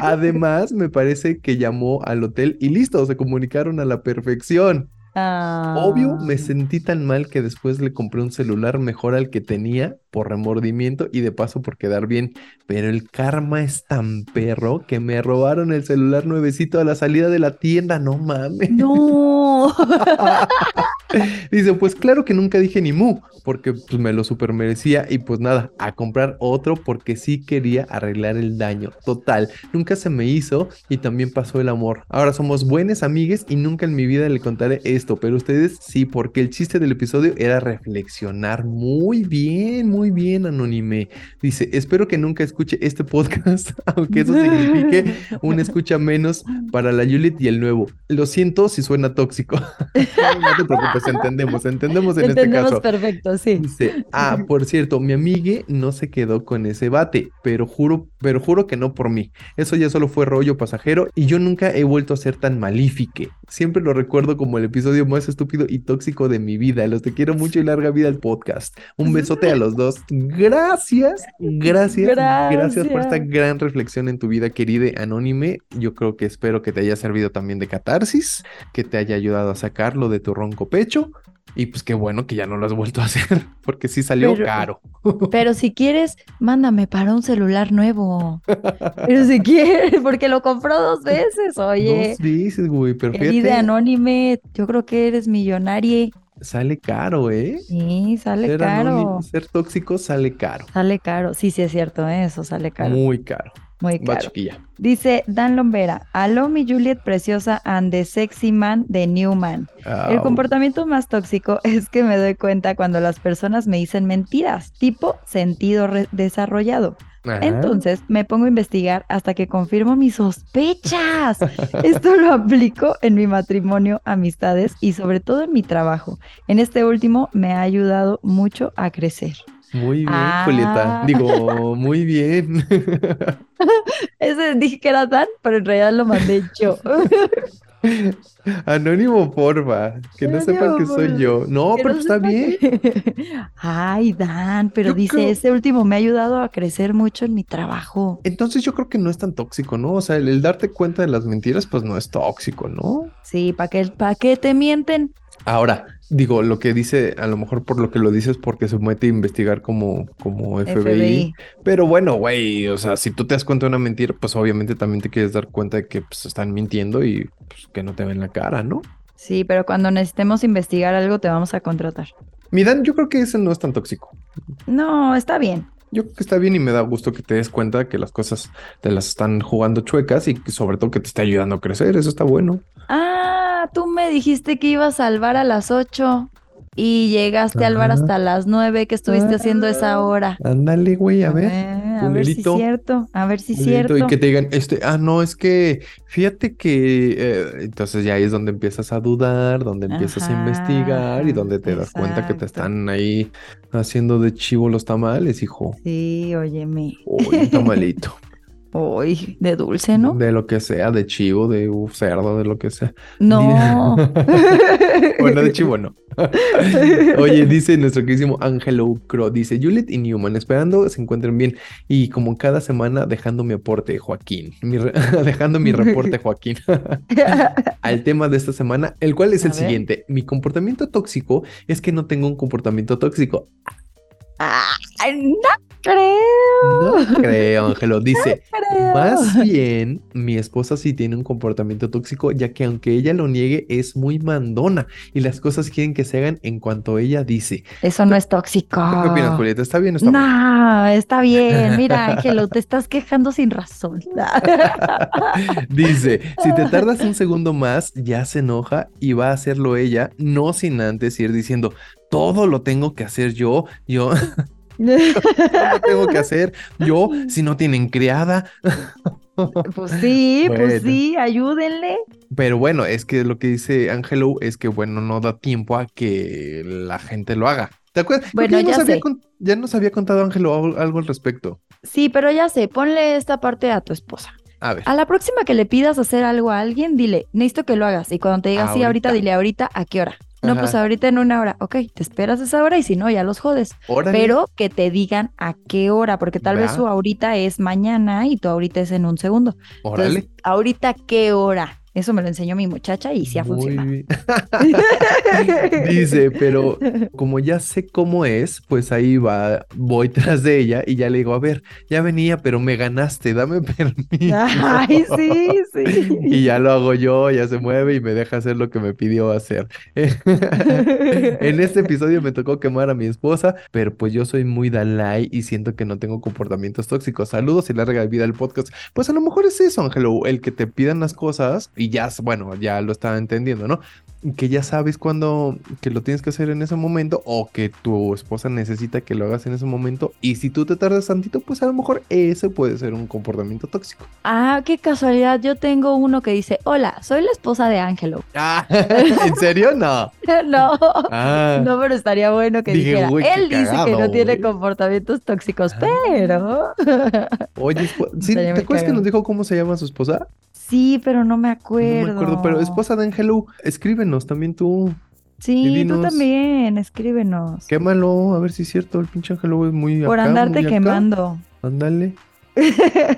Speaker 1: Además, me parece que llamó al hotel y listo, se comunicaron a la perfección.
Speaker 2: Ah.
Speaker 1: Obvio, me sentí tan mal que después le compré un celular mejor al que tenía por remordimiento y de paso por quedar bien. Pero el karma es tan perro que me robaron el celular nuevecito a la salida de la tienda, no mames.
Speaker 2: No.
Speaker 1: Dice, pues claro que nunca dije ni mu, porque pues, me lo supermerecía y pues nada, a comprar otro porque sí quería arreglar el daño. Total, nunca se me hizo y también pasó el amor. Ahora somos buenas amigues y nunca en mi vida le contaré esto, pero ustedes sí, porque el chiste del episodio era reflexionar muy bien, muy bien, Anonime. Dice, espero que nunca escuche este podcast, aunque eso signifique una escucha menos para la Juliet y el nuevo. Lo siento si suena tóxico. no te preocupes, entendemos, entendemos en este
Speaker 2: Entendemos
Speaker 1: caso.
Speaker 2: perfecto, sí.
Speaker 1: Dice, ah, por cierto, mi amigue no se quedó con ese bate, pero juro, pero juro que no por mí. Eso ya solo fue rollo pasajero y yo nunca he vuelto a ser tan malífique. Siempre lo recuerdo como el episodio más estúpido y tóxico de mi vida. Los te quiero mucho y larga vida al podcast. Un besote a los dos. Gracias, gracias, gracias, por esta
Speaker 2: Gracias.
Speaker 1: gran reflexión en tu vida, querida Anónime. Yo creo que espero que te haya servido también de catarsis, que te haya ayudado a sacarlo de tu ronco pecho. Y pues qué bueno que ya no lo has vuelto a hacer, porque sí salió
Speaker 2: Pero-
Speaker 1: caro.
Speaker 2: Pero si quieres, mándame para un celular nuevo. Pero si quieres, porque lo compró dos veces, oye.
Speaker 1: Dos veces, güey, pero fíjate,
Speaker 2: Querida anónime, yo creo que eres millonaria.
Speaker 1: sale caro, ¿eh?
Speaker 2: Sí, sale
Speaker 1: ser
Speaker 2: caro.
Speaker 1: anónimo- ser tóxico sale caro,
Speaker 2: Sale caro. Sí, sí es cierto, ¿eh? eso sale caro.
Speaker 1: muy caro.
Speaker 2: Muy
Speaker 1: Va
Speaker 2: caro.
Speaker 1: chiquilla.
Speaker 2: Dice Dan Lombera, Aló mi Juliet preciosa and the sexy man de Newman. El
Speaker 1: Au.
Speaker 2: comportamiento más tóxico es que me doy cuenta cuando las personas me dicen mentiras, tipo sentido re- desarrollado.
Speaker 1: Ajá.
Speaker 2: Entonces me pongo a investigar hasta que confirmo mis sospechas. Esto lo aplico en mi matrimonio, amistades y sobre todo en mi trabajo. En este último me ha ayudado mucho a crecer.
Speaker 1: Muy bien,
Speaker 2: Ah.
Speaker 1: Julieta. Digo, muy bien.
Speaker 2: Ese dije que era Dan, pero en realidad lo mandé yo.
Speaker 1: Anónimo, porfa, que no sepan
Speaker 2: Anónimo,
Speaker 1: que soy
Speaker 2: porfa.
Speaker 1: yo. No,
Speaker 2: Que
Speaker 1: pero pues, está
Speaker 2: no sepa
Speaker 1: bien.
Speaker 2: que- Ay, Dan, pero
Speaker 1: Yo
Speaker 2: dice,
Speaker 1: creo-
Speaker 2: este último me ha ayudado a crecer mucho en mi trabajo.
Speaker 1: Entonces yo creo que no es tan tóxico, ¿no? O sea, el, el darte cuenta de las mentiras, pues no es tóxico, ¿no?
Speaker 2: Sí, ¿para qué, pa' qué te mienten?
Speaker 1: Ahora, digo, lo que dice, a lo mejor por lo que lo dices, porque se mete a investigar como, como FBI.
Speaker 2: FBI.
Speaker 1: Pero bueno, güey, o sea, si tú te das cuenta de una mentira, pues obviamente también te quieres dar cuenta de que pues, están mintiendo y pues, que no te ven la cara, ¿no?
Speaker 2: Sí, pero cuando necesitemos investigar algo te vamos a contratar.
Speaker 1: Mi Dan, yo creo que ese no es tan tóxico.
Speaker 2: No, está bien.
Speaker 1: Yo creo que está bien y me da gusto que te des cuenta que las cosas te las están jugando chuecas y que sobre todo que te está ayudando a crecer. Eso está bueno.
Speaker 2: Ah, tú me dijiste que ibas al bar a las 8 y llegaste al bar
Speaker 1: Ajá.
Speaker 2: hasta las 9 que estuviste haciendo esa hora.
Speaker 1: Ándale, güey, a ver.
Speaker 2: Eh, a ver si es
Speaker 1: culerito.
Speaker 2: cierto, a ver si es
Speaker 1: Exacto,
Speaker 2: cierto.
Speaker 1: Y que te digan, este, ah, no, es que fíjate que eh, entonces ya ahí es donde empiezas a dudar, donde empiezas a investigar y
Speaker 2: Ajá,
Speaker 1: donde te das cuenta que te
Speaker 2: exacto.
Speaker 1: están ahí haciendo de chivo los tamales, hijo.
Speaker 2: Sí, óyeme.
Speaker 1: O un tamalito,
Speaker 2: Uy, de dulce, ¿Eh, ¿no?
Speaker 1: de lo que sea, de chivo, de uh, cerdo, de lo que sea.
Speaker 2: No.
Speaker 1: Bueno, de chivo no. Oye, dice nuestro queridísimo Angelo Crow, dice Juliet y Newman, esperando se encuentren bien y como cada semana dejando mi aporte, Joaquín, Mi re- dejando mi reporte, Joaquín. al tema de esta semana, el cual es
Speaker 2: A
Speaker 1: el
Speaker 2: ver.
Speaker 1: siguiente. Mi comportamiento tóxico es que no tengo un comportamiento tóxico.
Speaker 2: Ay, no creo.
Speaker 1: No creo, Ángelo. Dice,
Speaker 2: creo.
Speaker 1: más bien, mi esposa sí tiene un comportamiento tóxico, ya que aunque ella lo niegue, es muy mandona y las cosas quieren que se hagan en cuanto ella dice.
Speaker 2: Eso no es tóxico.
Speaker 1: ¿Tú ¿Qué
Speaker 2: Ah.
Speaker 1: opinas, Julieta? ¿Está bien o está mal?
Speaker 2: No, está bien. Mira, Ángelo, te estás quejando sin razón.
Speaker 1: Dice, si te tardas un segundo más, ya se enoja y va a hacerlo ella, no sin antes ir diciendo, todo lo tengo que hacer yo, yo,
Speaker 2: Pues
Speaker 1: todo lo tengo que hacer yo, si no tienen criada,
Speaker 2: Pues sí,
Speaker 1: Bueno.
Speaker 2: pues sí, ayúdenle.
Speaker 1: Pero bueno, es que lo que dice Angelo es que, bueno, no da tiempo a que la gente lo haga. ¿Te acuerdas? Creo que
Speaker 2: Bueno,
Speaker 1: nos
Speaker 2: ya
Speaker 1: había
Speaker 2: sé.
Speaker 1: con- ya nos había contado Ángelo al- algo al respecto.
Speaker 2: Sí, pero ya sé, ponle esta parte a tu esposa.
Speaker 1: A ver,
Speaker 2: A la próxima que le pidas hacer algo a alguien, dile, necesito que lo hagas. Y cuando te diga sí,
Speaker 1: Ahorita.
Speaker 2: ahorita, dile ahorita, ¿a qué hora? No,
Speaker 1: Ajá.
Speaker 2: pues ahorita en una hora. Ok, te esperas esa hora y si no, ya los jodes.
Speaker 1: órale.
Speaker 2: Pero que te digan a qué hora, porque tal vez
Speaker 1: Va.
Speaker 2: su ahorita es mañana y tu ahorita es en un segundo.
Speaker 1: Órale.
Speaker 2: Entonces, ahorita qué hora. Eso me lo enseñó mi muchacha y sí ha
Speaker 1: Muy
Speaker 2: funcionado.
Speaker 1: bien. Dice, pero como ya sé cómo es, pues ahí va, voy tras de ella y ya le digo, a ver, ya venía, pero me ganaste, dame permiso.
Speaker 2: Ay, sí, sí.
Speaker 1: Y ya lo hago yo, ya se mueve y me deja hacer lo que me pidió hacer. En este episodio me tocó quemar a mi esposa, pero pues yo soy muy Dalai y siento que no tengo comportamientos tóxicos. Saludos y larga vida al podcast. Pues a lo mejor es eso, Ángelo, el que te pidan las cosas y ya, bueno, ya lo estaba entendiendo, ¿no? Que ya sabes cuándo que lo tienes que hacer en ese momento o que tu esposa necesita que lo hagas en ese momento. Y si tú te tardas tantito, pues a lo mejor ese puede ser un comportamiento tóxico.
Speaker 2: Ah, qué casualidad. Yo tengo uno que dice, hola, soy la esposa de Ángelo.
Speaker 1: Ah, ¿en serio? No.
Speaker 2: no,
Speaker 1: Ah,
Speaker 2: no, pero estaría bueno que
Speaker 1: Dije,
Speaker 2: dijera.
Speaker 1: "Uy, qué
Speaker 2: Él dice que
Speaker 1: cagado,
Speaker 2: no tiene
Speaker 1: güey".
Speaker 2: comportamientos tóxicos,
Speaker 1: Ah.
Speaker 2: pero...
Speaker 1: Oye, espo- sí,
Speaker 2: Estaría
Speaker 1: ¿te
Speaker 2: muy
Speaker 1: acuerdas que
Speaker 2: cagado.
Speaker 1: nos dijo cómo se llama su esposa?
Speaker 2: sí, pero no me acuerdo.
Speaker 1: No me acuerdo, pero esposa de Ángelo, escríbenos también tú.
Speaker 2: Sí, tú
Speaker 1: dinos-
Speaker 2: también, escríbenos.
Speaker 1: Quémalo, a ver si es cierto. El pinche Ángelo es muy
Speaker 2: Por
Speaker 1: acá,
Speaker 2: andarte
Speaker 1: muy acá.
Speaker 2: quemando.
Speaker 1: Ándale,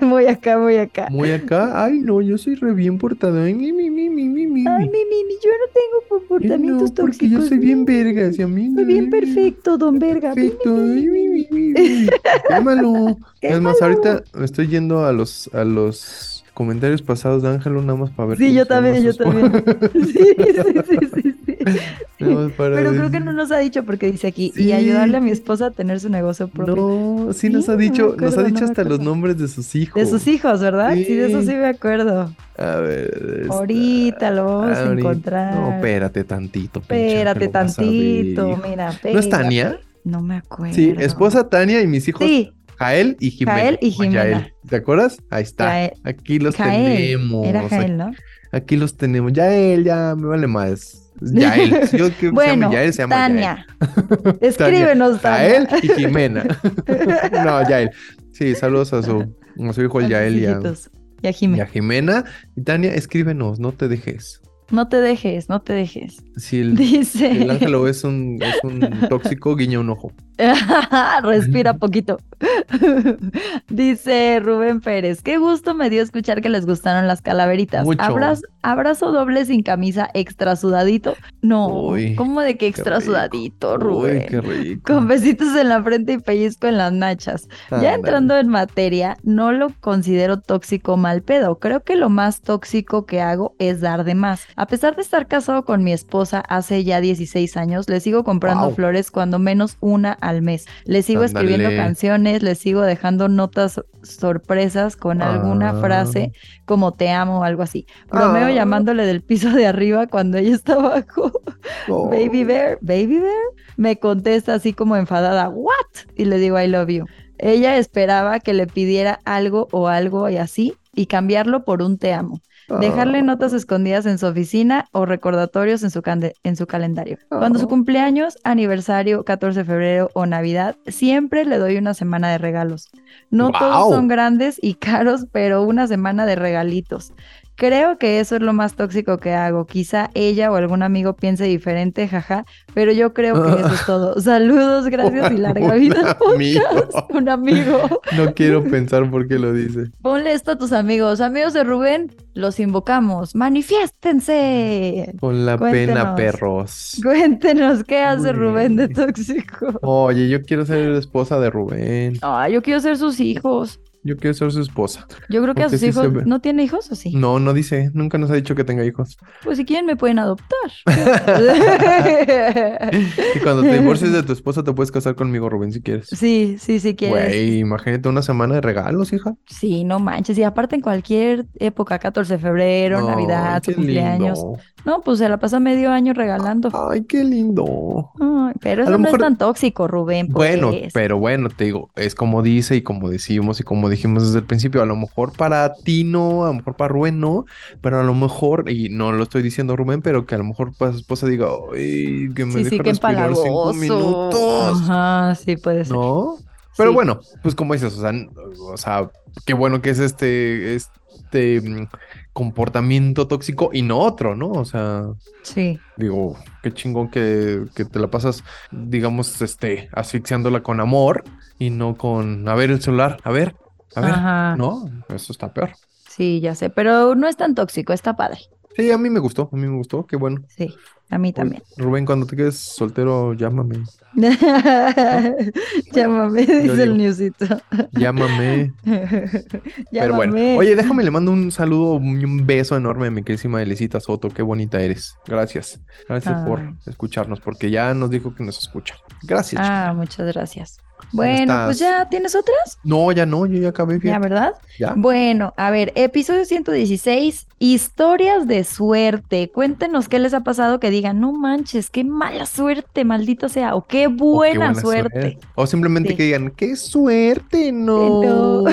Speaker 2: muy acá, muy acá.
Speaker 1: muy acá. Ay, no, yo soy re bien portado. Ay, mi, mi, mi, mi, mi, mi.
Speaker 2: Ay, mi, mi, mi, yo no tengo
Speaker 1: Ay, no,
Speaker 2: comportamientos
Speaker 1: porque
Speaker 2: tóxicos.
Speaker 1: yo soy bien
Speaker 2: mi, mi,
Speaker 1: vergas y a mí
Speaker 2: Soy
Speaker 1: no,
Speaker 2: bien
Speaker 1: mi, mi, mi,
Speaker 2: perfecto, don verga. mi, mi,
Speaker 1: Perfecto.
Speaker 2: mi,
Speaker 1: Ay, mi, mi, mi, mi. Quémalo. Es más, ahorita me estoy yendo a los, a los comentarios pasados de Ángelo, nada más para ver.
Speaker 2: Sí,
Speaker 1: cómo
Speaker 2: yo
Speaker 1: se llama
Speaker 2: también,
Speaker 1: su
Speaker 2: yo
Speaker 1: esposa.
Speaker 2: también. Sí, sí, sí, sí, sí.
Speaker 1: Nada más para
Speaker 2: Pero creo que
Speaker 1: decir.
Speaker 2: no nos ha dicho porque dice aquí,
Speaker 1: Sí.
Speaker 2: y ayudarle a mi esposa a tener su negocio propio.
Speaker 1: No, sí
Speaker 2: Sí,
Speaker 1: nos ha
Speaker 2: no me
Speaker 1: dicho, nos ha
Speaker 2: acuerdo,
Speaker 1: dicho
Speaker 2: no me
Speaker 1: hasta los
Speaker 2: acuerdo.
Speaker 1: nombres de sus hijos.
Speaker 2: De sus hijos, ¿verdad? Sí, de eso
Speaker 1: Sí.
Speaker 2: sí me acuerdo.
Speaker 1: A ver. esta-
Speaker 2: Ahorita lo vamos a
Speaker 1: ahorita-
Speaker 2: encontrar.
Speaker 1: No, espérate tantito. pinche
Speaker 2: Espérate
Speaker 1: Ángel, vas a ver,
Speaker 2: tantito,
Speaker 1: hijo.
Speaker 2: mira,
Speaker 1: ¿No es
Speaker 2: pega.
Speaker 1: Tania?
Speaker 2: No me acuerdo.
Speaker 1: Sí, esposa Tania y mis hijos
Speaker 2: Sí,
Speaker 1: Jael y Jimena.
Speaker 2: Jael y
Speaker 1: o Yael.
Speaker 2: Jimena.
Speaker 1: ¿Te acuerdas? Ahí está.
Speaker 2: Jael-
Speaker 1: Aquí los
Speaker 2: Jael.
Speaker 1: tenemos.
Speaker 2: Era
Speaker 1: Aquí,
Speaker 2: Jael, ¿no?
Speaker 1: aquí los tenemos. Yael, ya me vale más. Yael. Si Yo creo que se
Speaker 2: Bueno,
Speaker 1: llama Yael, se llama
Speaker 2: Tania. Escríbenos,
Speaker 1: Yael.
Speaker 2: Tania.
Speaker 1: Jael y Jimena. no, Yael. Sí, saludos a su, a su hijo el
Speaker 2: A sus
Speaker 1: Yael y a,
Speaker 2: hijitos. Y a
Speaker 1: y
Speaker 2: Jimena.
Speaker 1: a Jimena. Y Tania, escríbenos, no te dejes.
Speaker 2: No te dejes, no te dejes.
Speaker 1: Si el,
Speaker 2: Dice.
Speaker 1: El ángelo es un, es un tóxico, guiña un ojo.
Speaker 2: Respira poquito. Dice Rubén Pérez, qué gusto me dio escuchar que les gustaron las calaveritas.
Speaker 1: Mucho.
Speaker 2: Abrazo, abrazo doble sin camisa, extra sudadito. No,
Speaker 1: Uy,
Speaker 2: ¿cómo de que extra
Speaker 1: rico.
Speaker 2: sudadito,
Speaker 1: Uy,
Speaker 2: Rubén?
Speaker 1: qué rico.
Speaker 2: Con besitos en la frente y pellizco en las nachas. Ya
Speaker 1: Ándale.
Speaker 2: entrando en materia, no lo considero tóxico mal pedo. Creo que lo más tóxico que hago es dar de más. A pesar de estar casado con mi esposa hace ya 16 años, le sigo comprando
Speaker 1: Wow.
Speaker 2: flores cuando menos una al mes. Le sigo escribiendo
Speaker 1: Ándale.
Speaker 2: canciones, le sigo dejando notas sorpresas con alguna
Speaker 1: Ah.
Speaker 2: frase como te amo o algo así. Bromeo
Speaker 1: Ah.
Speaker 2: llamándole del piso de arriba cuando ella está abajo.
Speaker 1: Oh,
Speaker 2: Baby Bear, Baby Bear, me contesta así como enfadada, ¿what? Y le digo, I love you. Ella esperaba que le pidiera algo o algo y así, y cambiarlo por un te amo.
Speaker 1: ah,
Speaker 2: Dejarle notas escondidas en su oficina o recordatorios en su, cande- en su calendario. Cuando su
Speaker 1: Oh.
Speaker 2: cumpleaños, aniversario, 14 de febrero o Navidad, siempre le doy una semana de regalos. No
Speaker 1: Guau.
Speaker 2: todos son grandes y caros, pero una semana de regalitos. Creo que eso es lo más tóxico que hago. Quizá ella o algún amigo piense diferente, jaja, pero yo creo que eso es todo. Saludos, gracias y larga
Speaker 1: Un
Speaker 2: vida. al
Speaker 1: amigo.
Speaker 2: podcast. Un amigo.
Speaker 1: No quiero pensar por qué lo dice.
Speaker 2: Ponle esto a tus amigos. Amigos de Rubén, los invocamos. ¡Manifiéstense!
Speaker 1: Con la pena,
Speaker 2: Cuéntenos.
Speaker 1: perros.
Speaker 2: Cuéntenos qué hace
Speaker 1: Muy
Speaker 2: Rubén de
Speaker 1: bien.
Speaker 2: tóxico.
Speaker 1: Oye, yo quiero ser esposa de Rubén.
Speaker 2: Ay, yo quiero ser sus hijos.
Speaker 1: Yo quiero ser su esposa.
Speaker 2: Yo creo que a
Speaker 1: Porque
Speaker 2: sus
Speaker 1: sí se
Speaker 2: hijos.
Speaker 1: ve.
Speaker 2: ¿No tiene hijos o sí?
Speaker 1: No, no dice. Nunca nos ha dicho que tenga hijos.
Speaker 2: Pues si quieren, me pueden adoptar.
Speaker 1: Y cuando te divorcies de tu esposa, te puedes casar conmigo, Rubén, si quieres.
Speaker 2: sí, sí, sí quieres.
Speaker 1: Güey, imagínate una semana de regalos, hija.
Speaker 2: Sí, no manches. Y aparte, en cualquier época, 14 de febrero, Navidad,
Speaker 1: Ay, qué
Speaker 2: tu
Speaker 1: lindo.
Speaker 2: cumpleaños. No, pues se la pasa medio año regalando.
Speaker 1: Ay, qué lindo.
Speaker 2: Ay, pero
Speaker 1: A
Speaker 2: eso
Speaker 1: lo
Speaker 2: no
Speaker 1: mejor-
Speaker 2: es tan tóxico, Rubén.
Speaker 1: Bueno,
Speaker 2: pues.
Speaker 1: pero bueno, te digo, es como dice y como decimos y como como dijimos desde el principio, a lo mejor para ti no, a lo mejor para Rubén no, pero a lo mejor, y no lo estoy diciendo Rubén, pero que a lo mejor para su esposa diga, ay, que me
Speaker 2: Sí, sí,
Speaker 1: deja
Speaker 2: qué
Speaker 1: respirar cinco
Speaker 2: empalagoso.
Speaker 1: minutos.
Speaker 2: Ajá, sí, puede ser.
Speaker 1: ¿No? Pero
Speaker 2: Sí.
Speaker 1: bueno, pues como dices, o sea, n- o sea, qué bueno que es este, este mm, comportamiento tóxico y no otro, ¿no? O sea,
Speaker 2: Sí.
Speaker 1: digo, qué chingón que, que te la pasas, digamos, este, asfixiándola con amor y no con, a ver el celular, a ver, a ver.
Speaker 2: Ajá.
Speaker 1: No, eso está peor.
Speaker 2: Sí, ya sé. Pero no es tan tóxico, está padre.
Speaker 1: Sí, a mí me gustó, a mí me gustó, qué bueno.
Speaker 2: Sí, a mí también.
Speaker 1: Rubén, cuando te quedes soltero, llámame,
Speaker 2: Llámame, dice
Speaker 1: digo.
Speaker 2: el newsito.
Speaker 1: llámame. Pero bueno,
Speaker 2: Llámame.
Speaker 1: oye, déjame, le mando un saludo y un beso enorme a mi queridísima Elecita Soto. Qué bonita eres. Gracias. Gracias por
Speaker 2: Ay.
Speaker 1: escucharnos, porque ya nos dijo que nos escucha. Gracias. chica.
Speaker 2: Ah, muchas gracias. Bueno, pues
Speaker 1: estás?
Speaker 2: ya, ¿tienes otras?
Speaker 1: No, ya no, yo ya acabé.
Speaker 2: Ya,
Speaker 1: fíjate.
Speaker 2: ¿verdad?
Speaker 1: Ya.
Speaker 2: Bueno, a ver, episodio 116, historias de suerte. Cuéntenos qué les ha pasado que digan, no manches, qué mala suerte, maldita sea, o qué
Speaker 1: Oh, qué
Speaker 2: buena, suerte.
Speaker 1: O simplemente
Speaker 2: Sí.
Speaker 1: que digan, qué suerte, no.
Speaker 2: No.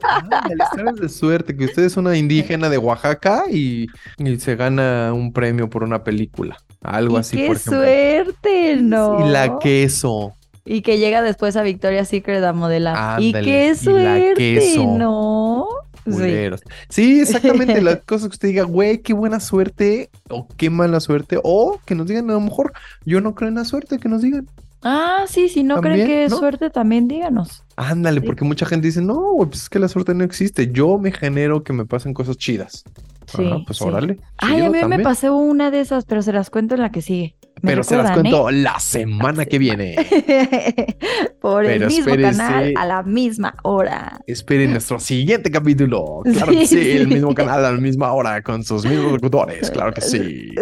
Speaker 1: Ah, las historias de suerte, que usted es una indígena de Oaxaca y, y se gana un premio por una película. Algo
Speaker 2: Y
Speaker 1: así,
Speaker 2: qué
Speaker 1: por ejemplo.
Speaker 2: suerte, no.
Speaker 1: Y la queso.
Speaker 2: Y que llega después a Victoria's Secret a modelar.
Speaker 1: Ándale,
Speaker 2: y qué
Speaker 1: y la
Speaker 2: suerte,
Speaker 1: queso.
Speaker 2: no. Sí.
Speaker 1: culeros. Sí, exactamente. Las cosas que usted diga, güey, qué buena suerte o qué mala suerte. O que nos digan, a lo mejor yo no creo en la suerte, que nos digan.
Speaker 2: Ah, sí, si no creen
Speaker 1: También,
Speaker 2: que es
Speaker 1: ¿no?
Speaker 2: suerte, también díganos.
Speaker 1: Ándale,
Speaker 2: Sí.
Speaker 1: porque mucha gente dice, no, güey, pues es que la suerte no existe. Yo me genero que me pasen cosas chidas.
Speaker 2: Sí,
Speaker 1: Ajá, pues
Speaker 2: sí.
Speaker 1: órale.
Speaker 2: Ay,
Speaker 1: chido
Speaker 2: a mí
Speaker 1: también.
Speaker 2: me pasó una de esas, pero se las cuento en la que sigue. Me
Speaker 1: Pero se las
Speaker 2: recuerdan, ¿eh?
Speaker 1: cuento la semana que viene.
Speaker 2: Por
Speaker 1: Pero
Speaker 2: el mismo
Speaker 1: espérese.
Speaker 2: canal a la misma hora.
Speaker 1: Esperen nuestro siguiente capítulo. Claro que
Speaker 2: Sí,
Speaker 1: sí, el
Speaker 2: sí.
Speaker 1: mismo canal a la misma hora con sus mismos locutores. Claro que sí.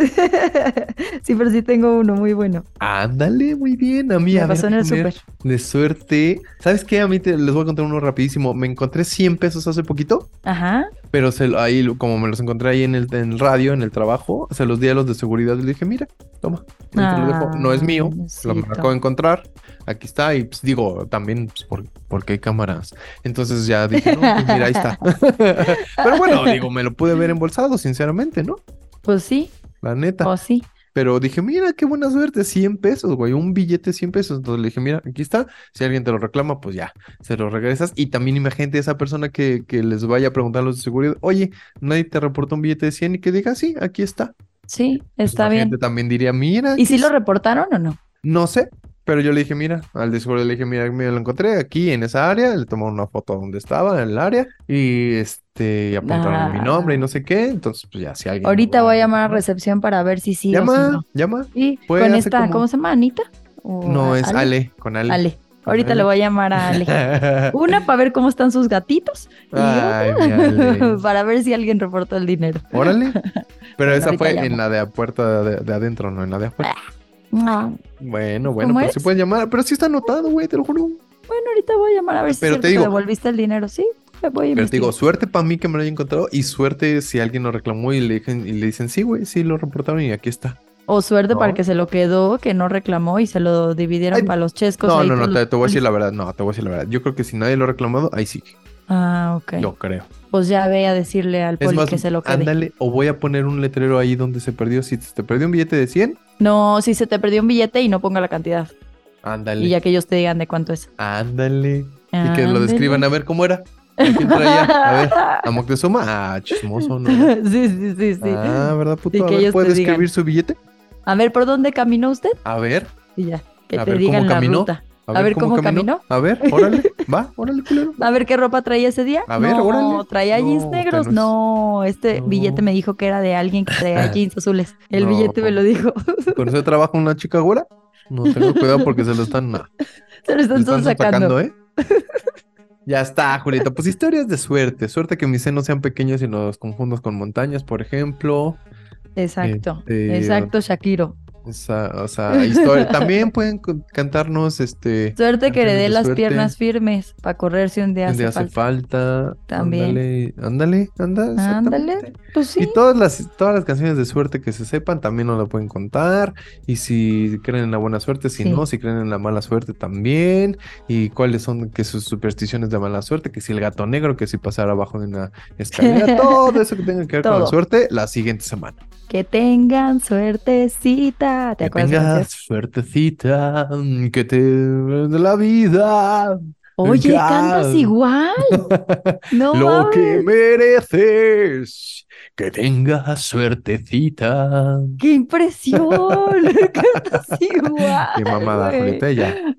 Speaker 2: sí, pero sí tengo uno muy bueno.
Speaker 1: Ándale, muy bien. A mí, a
Speaker 2: Me
Speaker 1: ver,
Speaker 2: pasó en el
Speaker 1: déjame ver.
Speaker 2: súper.
Speaker 1: De suerte. ¿Sabes qué? A mí te, les voy a contar uno rapidísimo. Me encontré 100 pesos hace poquito,
Speaker 2: Ajá.
Speaker 1: pero se, lo- ahí, lo- como me los encontré ahí en el, en el radio, en el trabajo, se los di a los de seguridad y le dije, mira, toma, ahí te lo dejo. No es
Speaker 2: Ah,
Speaker 1: mío, lo me
Speaker 2: necesito.
Speaker 1: acabo de encontrar. Aquí está, y pues, digo, también, pues, ¿por, por qué hay cámaras? Entonces ya dije, no, pues, mira, ahí está. pero bueno, digo, me lo pude haber embolsado, sinceramente, ¿no?
Speaker 2: Pues sí,
Speaker 1: La neta.
Speaker 2: o sí.
Speaker 1: Pero dije, mira, qué buena suerte, 100 pesos, güey, un billete de 100 pesos. Entonces le dije, mira, aquí está, si alguien te lo reclama, pues ya, se lo regresas. Y también imagínate esa persona que, que les vaya a preguntar a los de seguridad, oye, nadie te reportó un billete de 100 y que diga, sí, aquí está.
Speaker 2: Sí,
Speaker 1: Pues
Speaker 2: está
Speaker 1: imagínate,
Speaker 2: bien.
Speaker 1: También diría, mira,
Speaker 2: ¿Y
Speaker 1: aquí
Speaker 2: si lo
Speaker 1: es-
Speaker 2: reportaron o no?
Speaker 1: no sé, pero yo le dije, mira, al de seguridad le dije, mira, me lo encontré aquí en esa área, le tomaron una foto donde estaba, en el área, y este, y apuntaron mi
Speaker 2: Ah.
Speaker 1: nombre y no sé qué, entonces pues ya, si alguien...
Speaker 2: Ahorita
Speaker 1: va-
Speaker 2: voy a llamar a recepción para ver si sí o si
Speaker 1: Llama,
Speaker 2: no. Oh,
Speaker 1: llama.
Speaker 2: Sí,
Speaker 1: Puede
Speaker 2: con
Speaker 1: hacer
Speaker 2: esta,
Speaker 1: como-
Speaker 2: ¿cómo se llama? ¿Anita? ¿O
Speaker 1: No,
Speaker 2: a-
Speaker 1: es Ale, con Ale.
Speaker 2: Ale. Ahorita
Speaker 1: Ale.
Speaker 2: le voy a llamar a Ale. Una para ver cómo están sus gatitos y
Speaker 1: Ay, mi Ale.
Speaker 2: otra para ver si alguien reportó el dinero.
Speaker 1: Órale. Pero
Speaker 2: Bueno,
Speaker 1: esa
Speaker 2: ahorita
Speaker 1: fue
Speaker 2: llamo.
Speaker 1: en la de a puerta de, de adentro, no en la de afuera.
Speaker 2: Ah,
Speaker 1: Bueno, bueno,
Speaker 2: ¿Cómo
Speaker 1: pero sí
Speaker 2: es?
Speaker 1: puedes llamar. Pero sí está anotado, güey, te lo juro.
Speaker 2: Bueno, ahorita voy a llamar a ver si
Speaker 1: Pero
Speaker 2: es cierto
Speaker 1: te digo-
Speaker 2: que devolviste el dinero. Sí, voy a
Speaker 1: Pero te digo,
Speaker 2: investigar.
Speaker 1: suerte para mí que me lo haya encontrado y suerte si alguien lo reclamó y le, dicen- y le dicen, sí, güey, sí lo reportaron y aquí está.
Speaker 2: O suerte
Speaker 1: ¿no?
Speaker 2: para el que se lo quedó, que no reclamó y se lo dividieron
Speaker 1: Ay,
Speaker 2: para los chescos.
Speaker 1: No,
Speaker 2: ahí
Speaker 1: no,
Speaker 2: por
Speaker 1: no,
Speaker 2: los-
Speaker 1: te, te voy a decir la verdad. No, te voy a decir la verdad. Yo creo que si nadie lo ha reclamado, ahí sí,
Speaker 2: Ah, ok.
Speaker 1: yo creo.
Speaker 2: Pues ya ve a decirle al
Speaker 1: Es
Speaker 2: poli
Speaker 1: más,
Speaker 2: que se lo quede.
Speaker 1: ándale, o voy a poner un letrero ahí donde se perdió. Si te perdió un billete de 100,
Speaker 2: No, si se te perdió un billete y no ponga la cantidad.
Speaker 1: ándale,
Speaker 2: Y ya que ellos te digan de cuánto es.
Speaker 1: ándale. Y que lo describan
Speaker 2: Ándale.
Speaker 1: a ver cómo era. ¿A quién traía? A ver, a Moctezuma. Ah, chismoso, ¿no?
Speaker 2: sí, sí, sí, sí.
Speaker 1: Ah, ¿verdad, puto?
Speaker 2: Y
Speaker 1: a
Speaker 2: que
Speaker 1: ver,
Speaker 2: ellos
Speaker 1: ¿puede
Speaker 2: te digan.
Speaker 1: escribir su billete?
Speaker 2: A ver, ¿por dónde caminó usted?
Speaker 1: A ver,
Speaker 2: Y ya, que
Speaker 1: A
Speaker 2: te
Speaker 1: ver,
Speaker 2: digan
Speaker 1: ¿cómo
Speaker 2: la
Speaker 1: caminó?
Speaker 2: ruta. A ver, ¿cómo caminó?
Speaker 1: A ver, órale, va, órale, culero.
Speaker 2: A ver qué ropa traía ese día.
Speaker 1: A ver,
Speaker 2: no,
Speaker 1: órale.
Speaker 2: traía
Speaker 1: No,
Speaker 2: jeans
Speaker 1: este
Speaker 2: negros.
Speaker 1: no es.
Speaker 2: No, este
Speaker 1: No.
Speaker 2: billete me dijo que era de alguien que traía jeans azules. El
Speaker 1: No.
Speaker 2: billete me lo dijo.
Speaker 1: ¿Con eso trabaja una chica güera? No tengo cuidado porque se lo están,
Speaker 2: Se lo
Speaker 1: se
Speaker 2: están,
Speaker 1: lo están
Speaker 2: sacando.
Speaker 1: sacando, ¿eh? Ya está, Julieta. Pues historias de suerte. Suerte que mis senos sean pequeños y los confundas con montañas, por ejemplo.
Speaker 2: Exacto.
Speaker 1: Este,
Speaker 2: Exacto, Shakiro.
Speaker 1: Esa, o sea, historia. También pueden cu- cantarnos este.
Speaker 2: Suerte que heredé
Speaker 1: Ándale,
Speaker 2: las
Speaker 1: suerte.
Speaker 2: piernas firmes para correr si un día
Speaker 1: donde
Speaker 2: hace
Speaker 1: hace
Speaker 2: falta.
Speaker 1: falta.
Speaker 2: También.
Speaker 1: Ándale, ándale, anda.
Speaker 2: Ándale,
Speaker 1: exactamente.
Speaker 2: Pues sí.
Speaker 1: Y todas las, todas las canciones de suerte que se sepan también nos la pueden contar. Y si creen en la buena suerte, si
Speaker 2: Sí.
Speaker 1: no, si creen en la mala suerte también. Y cuáles son que sus supersticiones de mala suerte, que si el gato negro, que si pasar abajo de una escalera, todo eso que tenga que ver con la
Speaker 2: Todo.
Speaker 1: suerte, la siguiente semana.
Speaker 2: Que tengan suertecita. ¿Te
Speaker 1: Que
Speaker 2: acuerdas? de la
Speaker 1: tengas
Speaker 2: canción?
Speaker 1: suertecita, que te de la vida
Speaker 2: Oye, cantas
Speaker 1: gas.
Speaker 2: igual. No
Speaker 1: lo
Speaker 2: mames.
Speaker 1: que mereces. Que tengas suertecita.
Speaker 2: ¡Qué impresión! cantas igual.
Speaker 1: Qué mamada,
Speaker 2: güey.
Speaker 1: Julieta, ya.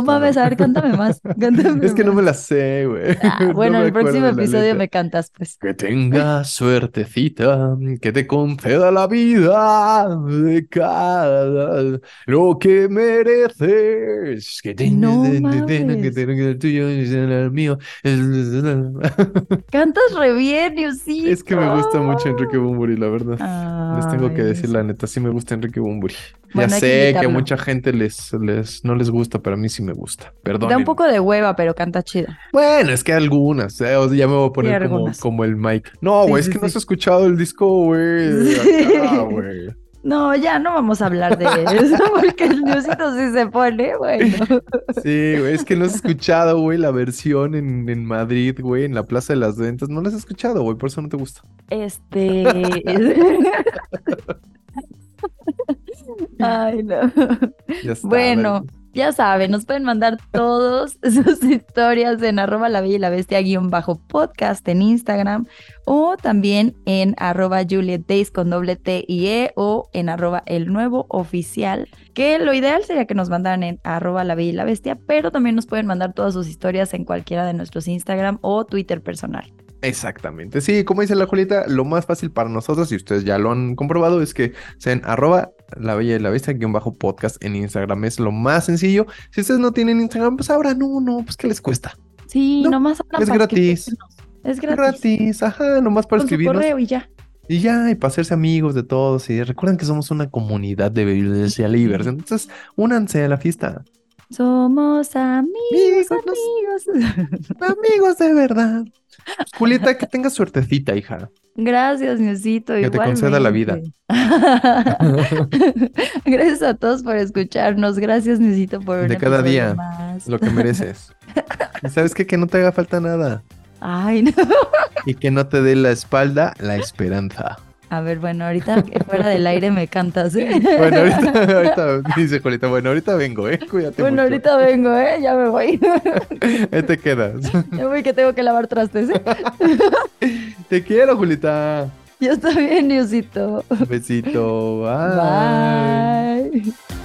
Speaker 1: molesta,
Speaker 2: mames, a ver, cántame más. Cántame
Speaker 1: Es que no me
Speaker 2: más.
Speaker 1: la sé, güey.
Speaker 2: Ah,
Speaker 1: No
Speaker 2: bueno,
Speaker 1: me
Speaker 2: el próximo
Speaker 1: acuerdo la
Speaker 2: episodio
Speaker 1: letra.
Speaker 2: me cantas, pues.
Speaker 1: Que tengas suertecita, que te conceda la vida de cada lo que mereces. Que
Speaker 2: No
Speaker 1: tengas que
Speaker 2: mames.
Speaker 1: tengas el tuyo y el mío.
Speaker 2: Cantas re bien, Niusito.
Speaker 1: Es que me gusta mucho Enrique Bumburi, la verdad. Les tengo que
Speaker 2: Ay,
Speaker 1: decir la neta, sí me gusta Enrique Bunbury. Ya
Speaker 2: Bueno, hay que
Speaker 1: sé que a
Speaker 2: invitarlo.
Speaker 1: mucha gente les, les, no les gusta, pero a mí sí me gusta. Perdón.
Speaker 2: Da un poco de hueva, pero canta chida.
Speaker 1: Bueno, es que algunas, eh, o sea, ya me voy a poner como,
Speaker 2: algunas.
Speaker 1: como el Mike. No,
Speaker 2: Sí,
Speaker 1: güey, es
Speaker 2: sí,
Speaker 1: que no
Speaker 2: sí.
Speaker 1: has escuchado el disco, güey.
Speaker 2: Sí.
Speaker 1: acá, güey.
Speaker 2: No, ya no vamos a hablar de eso, porque el Niusito sí se pone, bueno.
Speaker 1: Sí, güey, es que no has escuchado, güey, la versión en, en Madrid, güey, en la Plaza de las Ventas. No la has escuchado, güey, por eso no te gusta.
Speaker 2: Este. Ay, no.
Speaker 1: Ya está,
Speaker 2: Bueno,
Speaker 1: dale.
Speaker 2: ya saben, nos pueden mandar todas sus historias en arroba la bella y la bestia guión bajo podcast en Instagram o también en arroba Juliet Days con doble T y E o en arroba el nuevo oficial, que lo ideal sería que nos mandaran en arroba la bella y la bestia, pero también nos pueden mandar todas sus historias en cualquiera de nuestros Instagram o Twitter personal.
Speaker 1: Exactamente. Sí, como dice la Julieta, lo más fácil para nosotros, y ustedes ya lo han comprobado, es que sean arroba la bella y la bestia guión bajo podcast en Instagram. Es lo más sencillo. Si ustedes no tienen Instagram, pues abran uno, pues ¿qué les cuesta?
Speaker 2: Sí,
Speaker 1: No,
Speaker 2: nomás hablan
Speaker 1: es
Speaker 2: para
Speaker 1: gratis.
Speaker 2: escribirnos. Es gratis.
Speaker 1: Gratis, ajá, nomás para
Speaker 2: Con su
Speaker 1: escribirnos.
Speaker 2: correo y ya.
Speaker 1: Y ya, y para hacerse amigos de todos. Y recuerden que somos una comunidad de Biblia Libres. Entonces, únanse a la fiesta.
Speaker 2: Somos amigos,
Speaker 1: Amigos, los-
Speaker 2: amigos.
Speaker 1: Amigos de verdad. Julieta, que tengas suertecita, hija.
Speaker 2: Gracias, Niusito.
Speaker 1: Que te conceda la vida.
Speaker 2: Gracias a todos por escucharnos. Gracias, Niusito, por un
Speaker 1: De cada
Speaker 2: episodio
Speaker 1: día.
Speaker 2: más.
Speaker 1: Lo que mereces. ¿Y sabes qué? Que no te haga falta nada.
Speaker 2: Ay, no.
Speaker 1: Y que no te dé la espalda la esperanza.
Speaker 2: A ver, bueno, ahorita que fuera del aire me cantas. ¿eh?
Speaker 1: Bueno, ahorita, ahorita- dice Julieta, bueno, ahorita vengo, ¿eh? Cuídate mucho.
Speaker 2: Bueno, ahorita vengo, ¿eh? Ya me voy.
Speaker 1: Ahí te quedas.
Speaker 2: Ya voy que tengo que lavar trastes, ¿eh?
Speaker 1: Te quiero, Julieta.
Speaker 2: Ya está bien, Niusito.
Speaker 1: Un besito. Bye.
Speaker 2: Bye.